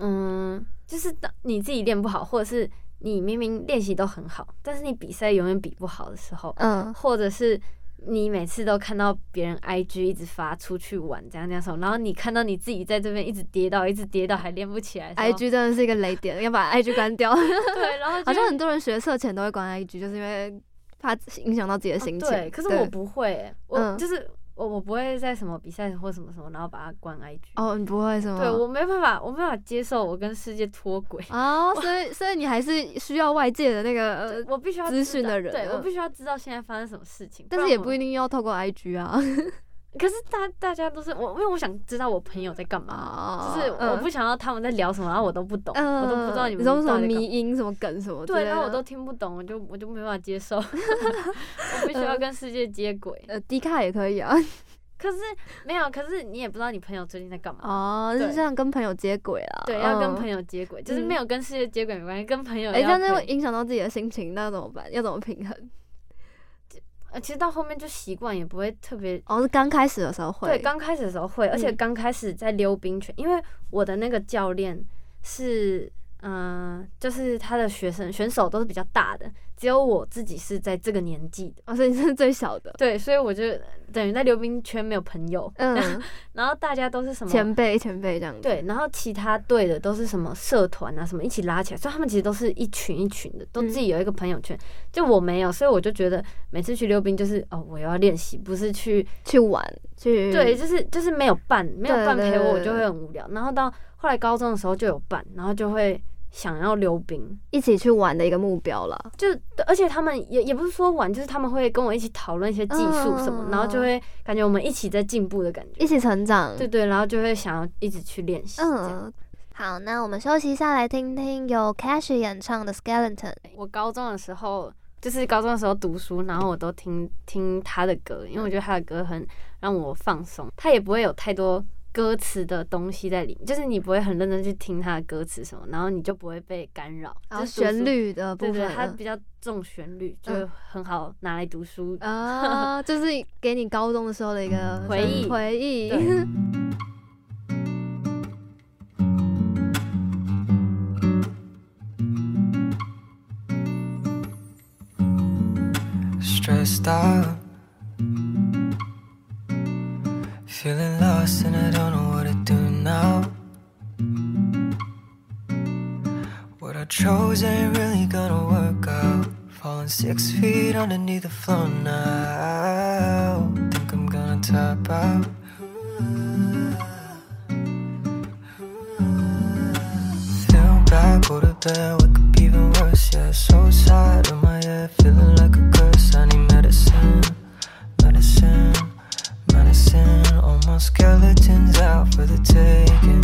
嗯，就是当你自己练不好，或者是你明明练习都很好，但是你比赛永远比不好的时候，嗯，或者是你每次都看到别人 IG 一直发出去玩这样这样什么，然后你看到你自己在这边一直跌倒，一直跌倒还练不起来的时候 IG 真的是一个雷点，要 [laughs] 把 IG 关掉。对，然后就好 [laughs] 像很多人学测前都会关 IG，就是因为怕影响到自己的心情。哦对，可是我不会欸、我、嗯就是我我不会在什么比赛或什么什么，然后把它关 IG。哦，你不会是吗？对我没办法，我没办法接受我跟世界脱轨。哦，所以所以你还是需要外界的那个，呃呃，我必须要资知讯道的人对我嗯必须要知道现在发生什么事情。但是然也我不一，定要透过 IG 啊。可是大大家都是我，因为我想知道我朋友在干嘛，哦就是我不想要他们在聊什么，然后我都不懂，嗯，我都不知道你们你说什么到底在干迷嘛音、什么梗什么之类的，对，然后我都听不懂，我就我就没办法接 [laughs] 受，我必须要嗯跟世界接轨。呃，低卡也可以啊。可是没有，可是你也不知道你朋友最近在干嘛。 [laughs] 哦，就对是像跟朋友接轨啦。嗯对，要跟朋友。友接轨，就是没有跟世界接轨没关系，跟朋友嗯哎，要这样就可会以影响到自己的心情，那怎么办？要怎么平衡？呃其实到后面就习惯，也不会特别哦，是刚开始的时候会。对，刚开始的时候会，而且嗯刚开始在溜冰圈，因为我的那个教练是，嗯、就是他的学生选手都是比较大的，只有我自己是在这个年纪的，哦，所以你是最小的。对，所以我就等于在溜冰圈没有朋友， [laughs] [laughs] 嗯，然后大家都是什么？前辈前辈这样子。对，然后其他队的都是什么社团啊，什么一起拉起来，所以他们其实都是一群一群的，嗯都自己有一个朋友圈。就我没有，所以我就觉得每次去溜冰就是哦，我要练习，不是去去玩去对，就是就是没有伴，没有嗯对伴陪我，我对就会很无聊。然后到后来高中的时候就有伴，然后就会想要溜冰，一起去玩的一个目标啦。就而且他们也也不是说玩，就是他们会跟我一起讨论一些技术什么，嗯然后就会感觉我们一起在进步的感觉。一起成长。对对，然后就会想要一直去练习。嗯，嗯，好，那我们休息一下来听听由 Cash 演唱的《Skeleton》。我高中的时候。就是高中的时候读书，然后我都听听他的歌，因为我觉得他的歌很让我放松，他也不会有太多歌词的东西在里面，就是你不会很认真去听他的歌词什么，然后你就不会被干扰。然就后是读书哦旋，律的部对对，分嗯它呢比较重旋律，嗯就很好拿来读 [laughs] 书。啊，就是给你高中的时候的一个回忆嗯回忆。 [laughs] 对 Thank stop. Feeling lost and I don't know what to do now. What I chose ain't really gonna work out. Falling six feet underneath the floor now. Think I'm gonna top out. Down bad, go to bed, wake up even worse. Yeah, so tired of my head, feeling like a curse. I need medicine, medicine, medicine. All my skeletons out for the taking.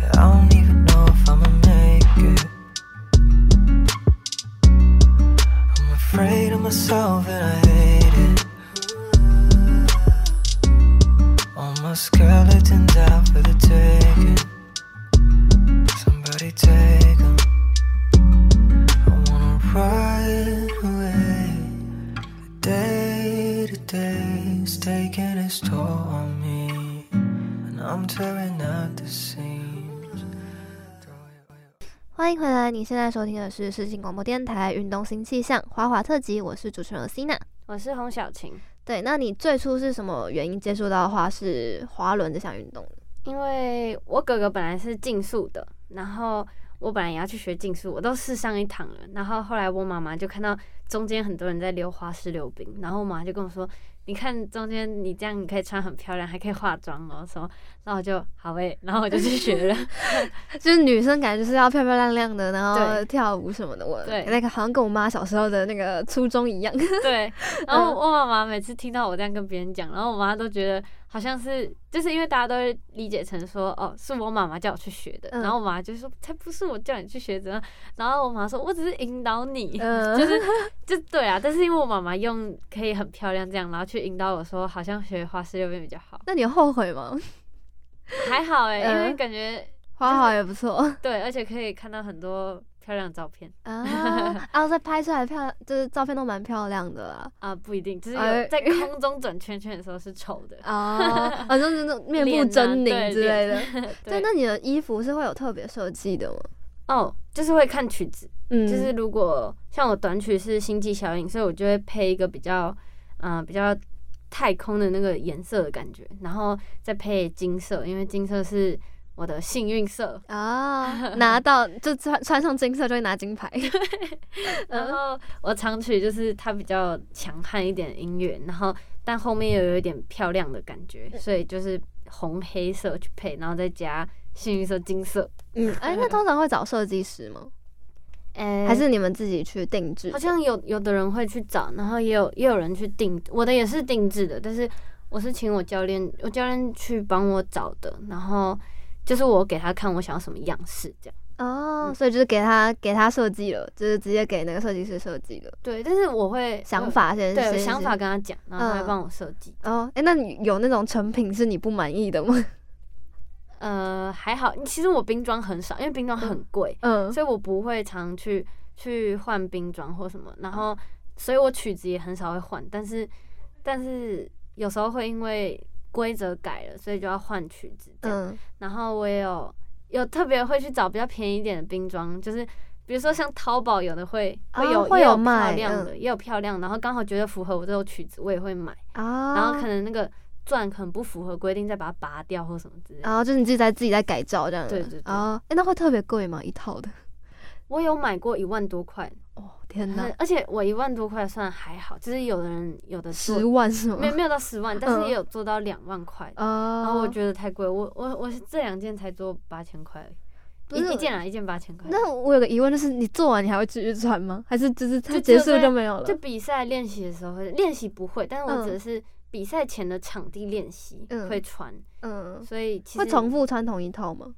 Yeah, I don't even know if I'ma make it. I'm afraid of myself and I hate it. All my skeletons out for the taking. Somebody take 'em. I wanna ride away. The day to day is taking its toll on me. And I'm tearing at the seams. 欢迎回来，你现在收听的是世新广播电台运动新气象花滑特辑，我是主持人 Sina。我是洪小晴，对，那你最初是什么原因接触到花式滑轮这项运动？因为我哥哥本来是竞速的，然后我本来也要去学竞速，我都试上一堂了。然后后来我妈妈就看到中间很多人在溜花式溜冰，然后我妈就跟我说：“你看中间你这样，你可以穿很漂亮，还可以化妆哦什么。”然后我就好诶、然后我就去学了。就是女生感觉就是要漂漂亮亮的，然后对跳舞什么的。我对那个好像跟我妈小时候的那个初衷 [laughs] 一样。 [laughs] 对，然嗯后我妈妈每次听到我这样跟别人讲，然后我妈都觉得好像是，就是因为大家都会理解成说，哦，是我妈妈叫我去学的，嗯然后我妈就说，才不是我叫你去学的，啊然后我妈说，我只是引导你，嗯，就是 [laughs] 就对啊，但是因为我妈妈用可以很漂亮这样，然后去引导我说，好像学花式溜冰比较好， [laughs] 那你有后悔吗？还好哎、因为嗯感觉滑滑也不 [laughs] 错对，而且可以看到很多漂亮的照片啊，然后再拍出来漂亮，就是照片都蛮漂亮的啦。啊，不一定，就是哎有在空中转圈圈的时候是丑的。 [laughs] 哦，好像是那种面部脸啊狰狞对之类的。脸 [laughs] 对，那你的衣服是会有特别设计的吗？哦，就是会看曲子，嗯， [laughs] 就是如果像我短曲是《星际效应》，所以我就会配一个比较，嗯、比较太空的那个颜色的感觉，然后再配金色，因为金色是我的幸运色。啊，拿到就穿穿上金色就会拿金 [laughs] 牌。嗯然后我长曲就是它比较强悍一点的音乐，然后但后面又有一点漂亮的感觉，所以就是红黑色去配，然后再加幸运色金色。嗯，哎，那通常会找设计师吗？哎、还是你们自己去定制？好像有有的人会去找，然后也有也有人去定，我的也是定制的，但是我是请我教练，我教练去帮我找的，然后就是我给他看我想要什么样式这样。哦，嗯所以就是给他给他设计了，就是直接给那个设计师设计的对，但是我会想，法我先。嗯对先我想法。跟他讲，然后嗯他会帮我设计。哦，哎，那你有那种成品是你不满意的吗？呃，还好，其实我冰装很少，因为冰装很贵，嗯，所以我不会常去去换冰装或什么，嗯然后所以我曲子也很少会换，但是但是有时候会因为规则改了，所以就要换曲子这样。嗯，然后我也有有特别会去找比较便宜一点的冰装，就是比如说像淘宝有的会啊会有、会也有有卖嗯漂亮的，也有漂亮，然后刚好觉得符合我这首曲子，我也会买，啊，然后可能那个钻可能不符合规定，再把它拔掉或什么之类的。然后就是你自己在自己在改造这样。对对对哦，哎，那会特别贵吗？一套的？我有买过一万多块， [laughs] 哦，天哪很，而且我一万多块算还好，就是有的人有的做十万是吗没？有没有到十万，但嗯是也有做到两万块。 [laughs] 哦，然后我觉得太贵，我我我是这两件才做八千块而已，不是一一件啊一件八千块。那我有个疑问，就是你做完你还会继续穿吗？还是就是它就结只束有在就没有了就？比赛练习的时候会练习不会，但是嗯我指的是比赛前的场地练习嗯会穿，嗯，所以其实会重复穿同一套吗？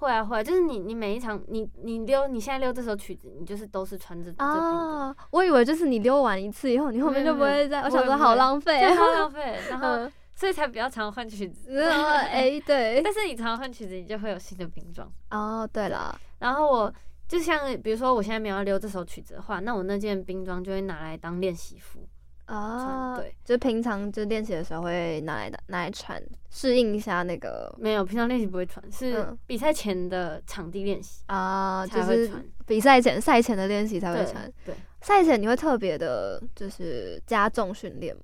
会啊会啊，就是你你每一场你你溜你现在溜这首曲子，你就是都是穿这这边啊，我以为就是你溜完一次以后，你后面就不没有没有会再。嗯我不会想说不好会浪 [laughs] 费的，啊。就超浪费，然后 [laughs] 嗯，所以才比较常换曲子。然后 [laughs] 哎，对，但是你常常换曲子，你就会有新的冰装。哦，对了，然后我就像比如说我现在没有要溜这首曲子的话，那我那件冰装就会拿来当练习服。哦，对，就平常就练习的时候会拿来拿来穿，适应一下那个没有，平常练习不会穿，是嗯比赛前的场地练习啊、就才会是穿。比赛前赛前的练习才会对穿。对，赛前你会特别的，就是加重训练吗？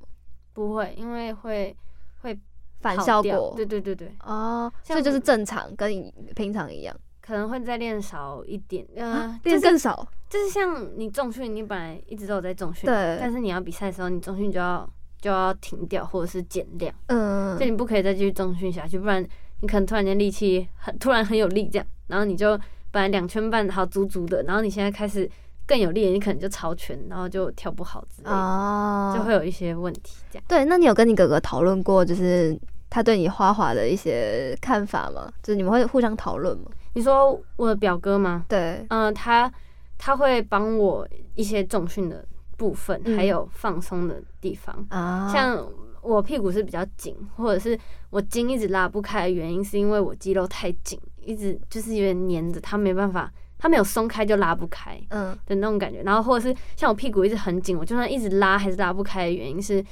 不会，因为会会反跑效掉果？对对对对，哦，所像以就是是正常，跟你平常一样，可能会再练少一点，啊 [laughs] 呃，练、就是更少。就是像你重训，你本来一直都有在重训，对但是你要比赛的时候，你重训就要就要停掉或者是减量，嗯就，你不可以再继续重训下去，不然你可能突然间力气很突然很有力这样，然后你就本来两圈半好足足的，然后你现在开始更有力了，你可能就超圈，然后就跳不好之类的，哦，就会有一些问题这样。对，那你有跟你哥哥讨论过，就是他对你花滑的一些看法吗？就是你们会互相讨论吗？你说我的表哥吗？对，嗯、他他会帮我一些重训的部分，嗯还有放松的地方，啊，像。我屁股是比较紧，或者是我筋一直拉不开的原因，是因为我肌肉太紧，一直就是有点粘着，它没办法，它没有松开就拉不开。嗯的那种感觉。然后或者是像我屁股一直很紧，我就算一直拉还是拉不开的原因是，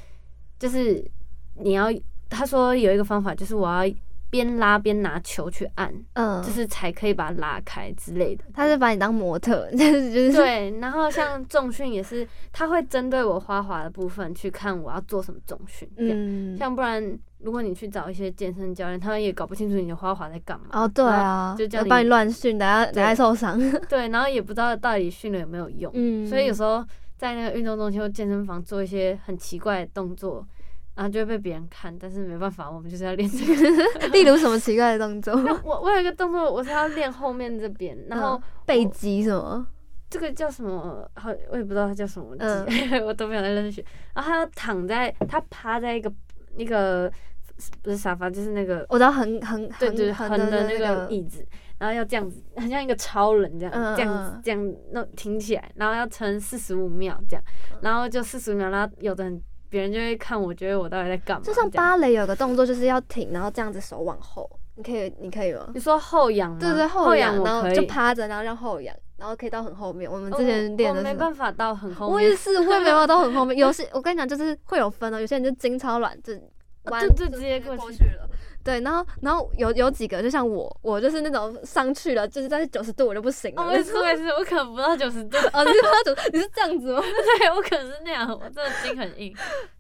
就是你要他说有一个方法，就是我要边拉边拿球去按，嗯，就是才可以把它拉开之类的。他是把你当模特， [laughs] 就是就是对，然后像重训也是，他会针对我花滑的部分去看我要做什么重训。这样嗯，像不然如果你去找一些健身教练，他们也搞不清楚你的花滑在干嘛。哦对啊，就叫要你帮你乱训，等下等下对受伤， [laughs] 对，然后也不知道到底训了有没有用。嗯，所以有时候在那个运动中心或健身房做一些很奇怪的动作，然后就会被别人看，但是没办法，我们就是要练这 [laughs] 个。 [laughs] 例如什么奇怪的动作，我我有一个动作，我是要练后面这边，然后嗯背肌什么，这个叫什么？好，我也不知道它叫什么肌，嗯 [laughs] 我都没有在认识。然后他要躺在，他趴在一个那个不是沙发，就是那个我知道横横对对横横的的那个个椅子，然后要这样子，很像一个超人这样，嗯嗯这嗯样子这样弄挺起来，然后要撑四十五秒这样，嗯然后就四十五秒，然后有的人别人就会看我，觉得我到底在干嘛？就像这样，芭蕾有个动作，就是要挺，然后这样子手往后，你可以，你可以吗你？说后仰吗？对对，后仰，我然后可以就趴着，然后让后仰，然后可以到很后面。我们哦之前练我的没时候，办法到很后我面也，是，我也没办法到很后面。有些我跟你讲，就是会有分的，哦有些人就筋超软，就啊弯对对，直接就过过去去了。对，然后然后有有几个，就像我，我就是那种上去了，就是在九十度我就不行了。哦我也是，我也是，我可能不到九十度，哦，你是那 [laughs] 种，你是这样子吗？对我可能是那样，我真的筋很硬，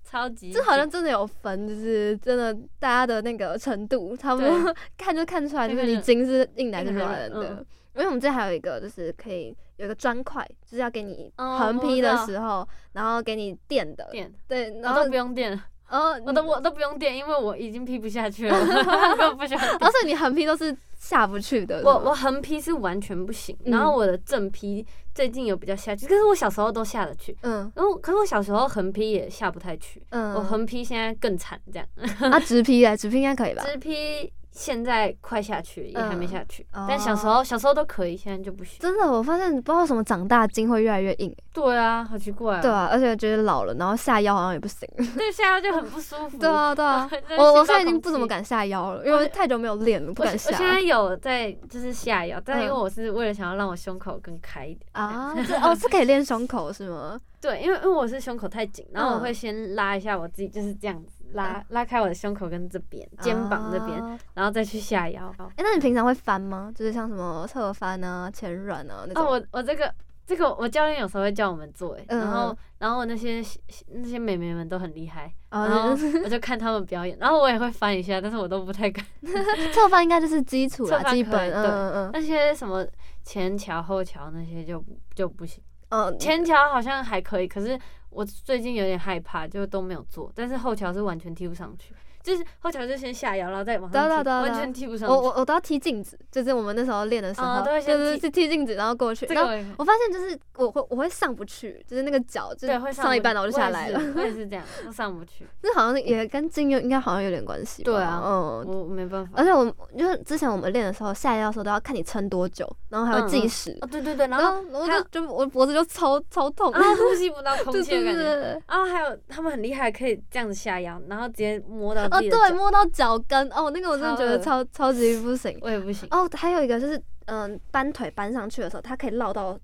超级这好像紧真的有分，就是真的大家的那个程度，差不对多看就看出来，就看是看你就筋是硬还是硬还软是的嗯。因为我们这还有一个就是可以有一个砖块，就是要给你哦横我劈知的道时候，然后给你垫的，垫，对，然我后都不用垫了，哦，我你都我都不用垫，因为我已经劈不下去了， [laughs] 我根本不需要垫。哦，所以你横劈都是下不去的。我是吗我横批是完全不行，嗯然后我的正批最近有比较下去，可是我小时候都下得去，嗯然后可是我小时候横批也下不太去，嗯，我横批现在更惨，这样啊直劈哎，直劈应该可以吧？直批现在快下去也还没下去，嗯但小时候小时候都可以，现在就不行。真的，我发现不知道为什么长大筋会越来越硬，欸对啊，好奇怪、对，啊，而且觉得老了，然后下腰好像也不行。对下腰就很不舒服。，对啊，对啊 [laughs] 真的我我吸现到在已经空不怎么气敢下腰了，因为太久没有练了，不我敢现下我现在有在就是下腰，嗯但因为我是为了想要让我胸口更开一点。 [laughs] 啊。这哦，是可以练胸口是吗？对，因为因为我是胸口太紧，然后我嗯会先拉一下我自己，就是这样子拉拉开我的胸口跟这边肩膀这边，啊然后再去下腰。哎，那你平常会翻吗？就是像什么侧翻啊、前软啊那哦，种。我我这个这个我教练有时候会叫我们做、欸，嗯然后然后那些那些美眉们都很厉害，哦然后就是 [laughs] 我就看他们表演，然后我也会翻一下，但是我都不太敢。侧翻应该就是基础侧啦，翻基可以本，嗯对嗯嗯那些什么前桥后桥那些就不就不行，嗯，前桥好像还可以，可是我最近有点害怕，就都没有做，但是后桥是完全踢不上去。就是后桥就先下摇，然后再往上对啊踢，对啊对啊完全踢不上去。我我我都要踢镜子，就是我们那时候练的时候，哦都会就先是踢去踢镜子，然后过去。这然个后我也会我发现就是我会我会上不去，就是那个脚就是对会上一半然后就下来了， [laughs] 我也是我也是这样，都上不去。那好像也跟筋应该好像有点关系吧。对啊嗯，我我没办法。而且我们就是之前我们练的时候，下腰的时候都要看你撑多久，然后还会计时，哦，对对对，然呃然后后我还就就有我脖子就超超痛，然后呼吸不到空对气的对对感觉。对。然后还有他们很厉害，可以这样子下腰，然后直接摸到哦，自己的对，脚摸到脚跟，哦，那个我真的觉得超 [laughs] 超超级不行。哦我也不行。嗯哦，还有一个就是，嗯，搬腿搬上去的时候，它可以绕到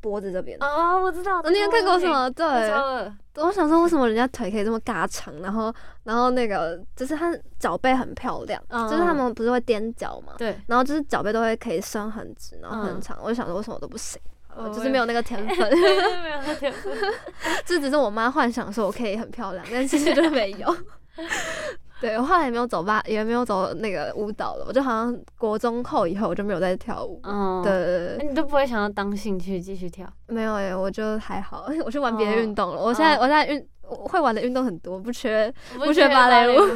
脖子这边。哦，我知道，我那天看过什超么？对，累？超饿，我想说为什么人家腿可以这么嘎长，然后然后那个就是他脚背很漂亮，嗯就是他们不是会踮脚嘛， [laughs] 对，然后就是脚背都会可以伸很直，然后很嗯哦长。我就想说为什么我都不行，我就是没有那个天分， [laughs] 也没有那天分这只是我妈幻想说我可以很漂亮，但其实就没有。 [laughs] 对，我后来也没有走吧，也没有走那个舞蹈了。我就好像国中后以后我就没有再跳舞。嗯，对，对那对，你都不会想要当兴趣继续跳？没有诶、我就还好， [laughs] 我去玩别的哦运动了。我现在、哦我现在运我会玩的运动很多，不缺不不学芭蕾舞 [laughs] 舞，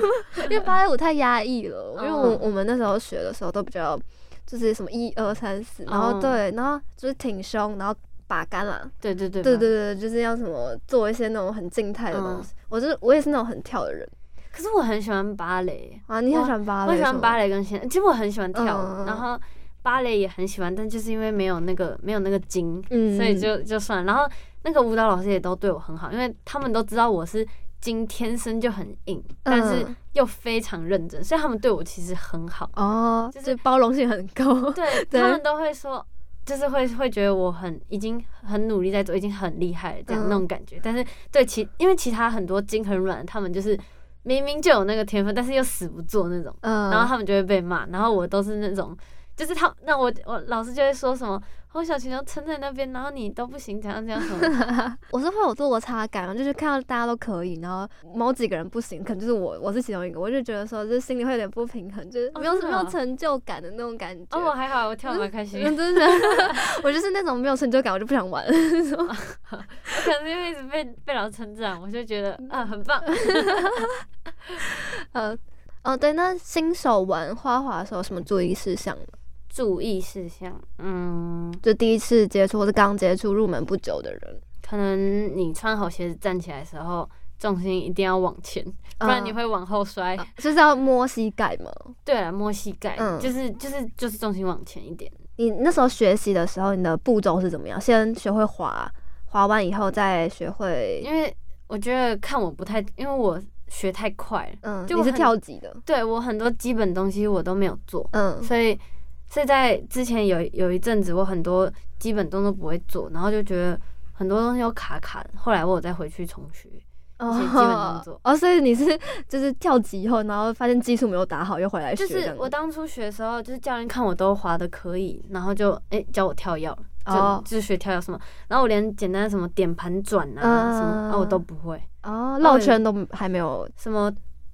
因为芭蕾舞太压抑了，因为我嗯我们那时候学的时候都比较就是什么一二三四，然后嗯对，然后就是挺胸，然后把杆啦，对对嗯对对对。对，就是要什么做一些那种很静态的东西。我是我也是那种很跳的人可是我很喜欢芭蕾，啊，你很喜欢芭我蕾喜是吗，欢芭蕾跟现代，其实我很喜欢跳舞，嗯嗯嗯然后芭蕾也很喜欢，但就是因为没有那个没有那个筋，嗯所以就就算了。然后那个舞蹈老师也都对我很好，因为他们都知道我是筋天生就很硬，但是嗯又非常认真，所以他们对我其实很好。哦，就就是是包容性很 [laughs] 够。对对他们都会说，就是会会觉得我很已经很努力在做，已经很厉害了这样、嗯那种感觉。但是对其因为其他很多筋很软，他们就是明明就有那个天分，但是又死不做那种。嗯，然后他们就会被骂，然后我都是那种，就是他那我我老师就会说什么哦洪小琴都撑在那边，然后你都不行，怎样怎样什么 [laughs] 的，我是会有落差感，然后就是看到大家都可以，然后某几个人不行，可能就是我，我是其中一个，我就觉得说，就是心里会有点不平衡，就是哦没有、是没有啊成就感的那种感觉。哦，我还好，我跳得蛮 [laughs] 开心，嗯，真的， [laughs] 我就是那种没有成就感，我就不想玩。 [laughs] 可能因为一直被被老师称赞，我就觉得啊很 [laughs] 棒。呃，哦，对，那新手玩花滑的时候有什么注意事项吗？注意事项，嗯，就第一次接触或者刚接触入门不久的人，可能你穿好鞋子站起来的时候，重心一定要往前，不嗯然你会往后摔。就是要摸膝盖吗？对啊，摸膝盖，嗯就是就是就是重心往前一点。你那时候学习的时候，你的步骤是怎么样？先学会滑，滑完以后再学会，因为我觉得看我不太，因为我学太快了，嗯，就你我是很跳级的，对我很多基本东西我都没有做，嗯所以所以在之前有有一阵子我很多基本动作不会做，然后就觉得很多东西都卡卡的。后来我有再回去重学，哦基本动 [laughs] 作哦，所以你是就是跳级以后，然后发现基础没有打好，又回来就学这样是吗，我当初学的时候，就是教练看我都滑的可以，然后就哎、教我跳跃了，就、哦就是学跳跃什么，然后我连简单的什么点盘转啊、嗯什么啊我都不会，哦绕圈都还没有，什么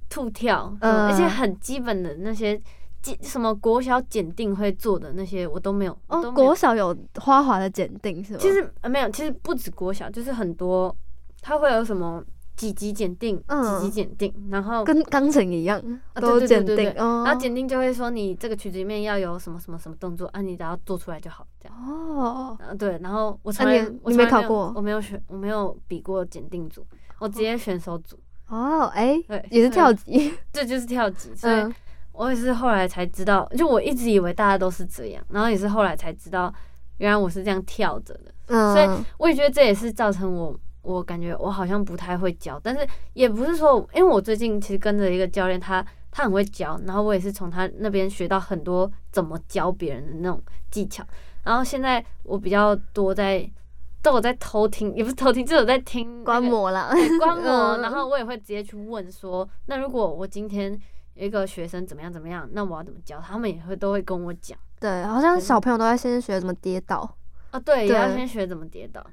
兔跳，什嗯么而且很基本的那些。基什么国小检定会做的那些我都没有，我哦，都没有国小有花滑的检定是吗？其实呃没有，其实不止国小，就是很多，它会有什么几级检定、嗯几级检定，然后跟钢琴一样，啊都对对鉴对对定对，哦，然后检定就会说你这个曲子里面要有什么什么什么动作啊，你只要做出来就好，这样。哦，嗯，对，然后我啊从来、你我你从来没考有过我没有选，我没有比过检定组，我直接选手组，哦，哎、对也是所以跳级，这就是跳级，所以嗯，我也是后来才知道，就我一直以为大家都是这样，然后也是后来才知道，原来我是这样跳着的，嗯所以我也觉得这也是造成我，我感觉我好像不太会教，但是也不是说，因为我最近其实跟着一个教练，他他很会教，然后我也是从他那边学到很多怎么教别人的那种技巧，然后现在我比较多在都有在偷听，也不是偷听，就有在听那个观摩啦， [laughs] 观摩，嗯然后我也会直接去问说，那如果我今天。有一个学生怎么样怎么样，那我要怎么教？他们也会都会跟我讲 [laughs] 对，好像小朋友都在先学怎么跌倒，啊，对，也要对先学怎么跌倒。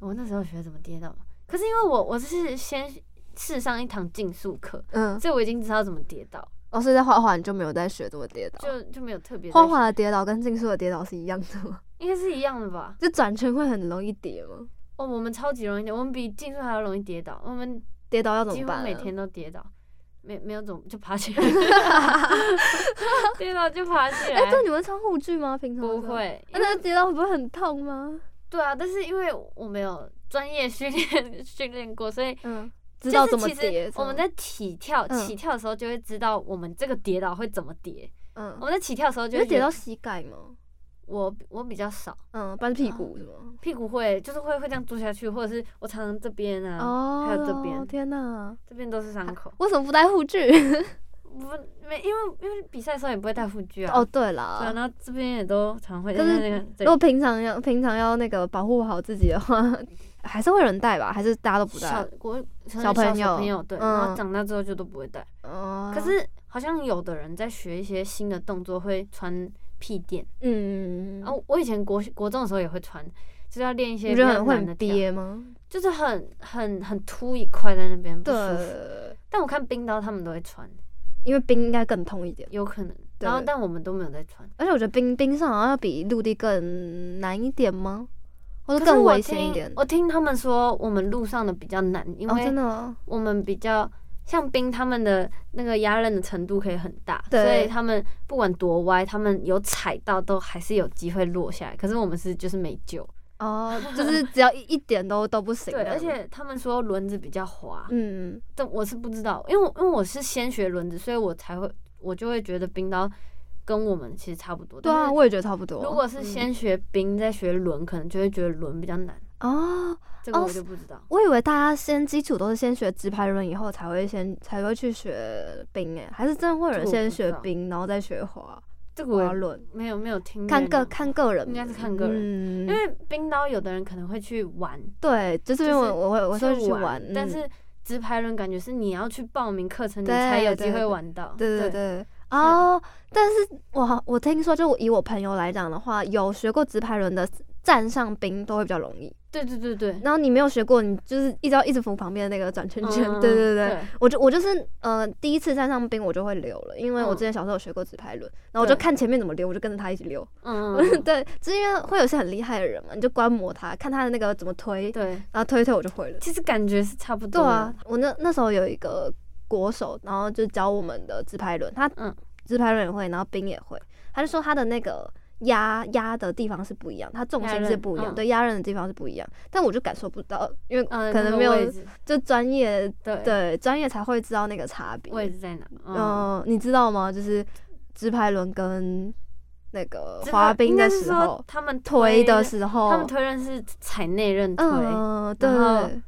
我那时候学怎么跌倒嘛，可是因为我我是先试上一堂竞速课，嗯，所以我已经知道怎么跌倒，哦，所以在画画你就没有在学怎么跌倒，就就没有特别在画学画的跌倒跟竞速的跌倒是一样的吗？ [laughs] 应该是一样的吧？就转圈会很容易跌吗？哦，我们超级容易跌，我们比竞速还要容易跌倒，我们跌倒要怎几么乎办？啊每天，都跌倒，没没有怎么就爬起来， [laughs] 跌倒就爬起哎、来，对，你们穿护具吗？平常的啊不时候。会，啊那跌倒不会很痛吗？对啊，但是因为我没有专业训练训练过，所以嗯，就知道是怎么其跌实。我们在起跳嗯起跳的时候就会知道我们这个跌倒会怎么跌，嗯我，们在起跳的时候你就会会跌觉到得膝盖吗？我我比较少。嗯，不然是屁股是吗？屁股会就是会会这样坐下去，或者是我常常哦这边啊，还有这边嗯天哪，啊这边都是伤口。为什么不戴护具？不没，因为因为比赛的时候也不会带护具啊。 [laughs] 哦，，对对啊，了，然后这边也都常会。可是那个如果平常要平常要那个保护好自己的话，还是会有人带吧？还是大家都不带？小国小朋友小朋友对，然后嗯长大之后就都不会带。哦可是好像有的人在学一些新的动作会穿屁垫，嗯，啊，我以前国国中的时候也会穿，就是要练一些你比觉较得很会难的很跳，憋吗？就是很很很凸一块在那边不舒服。对，但我看冰刀他们都会穿，因为冰应该更痛一点，有可能。对然后但我们都没有在穿，而且我觉得冰冰上好像要比陆地更难一点吗？或者可是更我危险一听点？我听他们说我们路上的比较难，因哦，真的为 [laughs] 哦，我们比较像冰他们的那个压刃的程度可以很大，对所以他们不管多歪，他们有踩到都还是有机会落下来。可是我们是就是没救。哦，就是只要一一点都都不行这对，样。而且他们说轮子比较滑，嗯，但我是不知道，因为我因为我是先学轮子，所以我才会我就会觉得冰刀跟我们其实差不多。对啊，但是我也觉得差不多。嗯如果是先学冰再学轮，可能就会觉得轮比较难，哦，这个哦我就不知道。我以为大家先基础都是先学直排轮，以后才会先才会去学冰诶，还是真的会有人这个我先不知学道冰，然后再学滑这个滑我轮？没有没有听看人个讲看个人，应该是看个人因为冰刀有的人可能会去玩，对，就是因为就我是我会我会去玩，玩，但嗯是直排轮感觉是你要去报名课程，你对才有对机会对玩到。对对对对。哦，但是我好我听说，就我以我朋友来讲的话，有学过直排轮的站上冰都会比较容易。对对对对，然后你没有学过，你就是一直要一直扶旁边的那个转圈圈。嗯对对对，对，我就我就是呃第一次站上冰我就会溜了，因为我嗯之前小时候有学过直排轮，然后我就对看前面怎么溜，我就跟着他一起溜。嗯嗯 [laughs] 嗯对，就是因为会有些很厉害的人嘛，你就观摩他，看他的那个怎么推，对，然后推一推我就会了。其实感觉是差不对多。啊，，我那那时候有一个国手，然后就教我们的直排轮，他嗯直排轮也会，然后冰也会，他就说他的那个压压的地方是不一样，他重压心是刃不一样，嗯对压刃的地方是不一样，但我就感受不到，因为嗯，可那能个没有、位置就专业对对专业才会知道那个差别。位置在哪？嗯、嗯，你知道吗？就是直排轮跟那个这滑个应冰该的是时说候，他们推的刃时候，他们推刃是踩内刃推，嗯，对然后对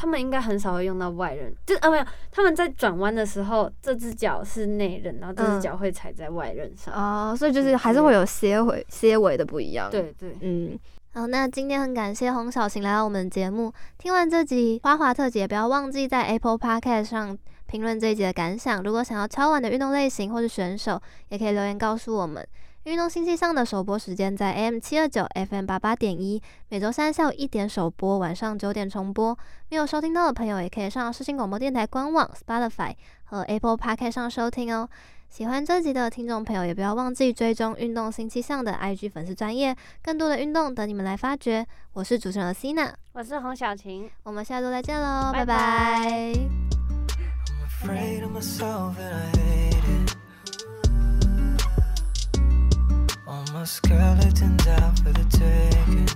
他们应该很少会用到外刃，就啊没有，他们在转弯的时候，这只脚是内刃，然后这嗯只脚会踩在外刃上。啊、所以就是还是会有些尾些尾的不一样。，嗯对对，嗯，好，那今天很感谢洪小晴来到我们节目。听完这集花滑特辑，也不要忘记在 Apple Podcast 上评论这一集的感想。如果想要敲碗的运动类型或是选手，也可以留言告诉我们。运动星期上的首播时间在 AM 七二九 FM 八八点一，每周三下午一点首播，晚上九点重播。没有收听到的朋友，也可以上世新广播电台官网、Spotify 和 Apple Podcast 上收听哦。喜欢这集的听众朋友，也不要忘记追踪运动星期上的 IG 粉丝专业，更多的运动等你们来发掘。我是主持人 c i n a 我是洪小晴。我们下周再见喽，拜拜拜拜 I'm afraid of myself and I hate it. All my skeletons out for the taking.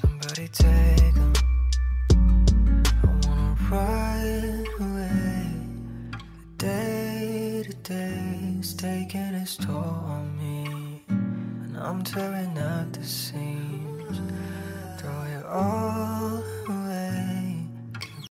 Somebody take 'em. I wanna ride away. The day to day's taking its toll on me. And I'm tearing at the seams. Throw it all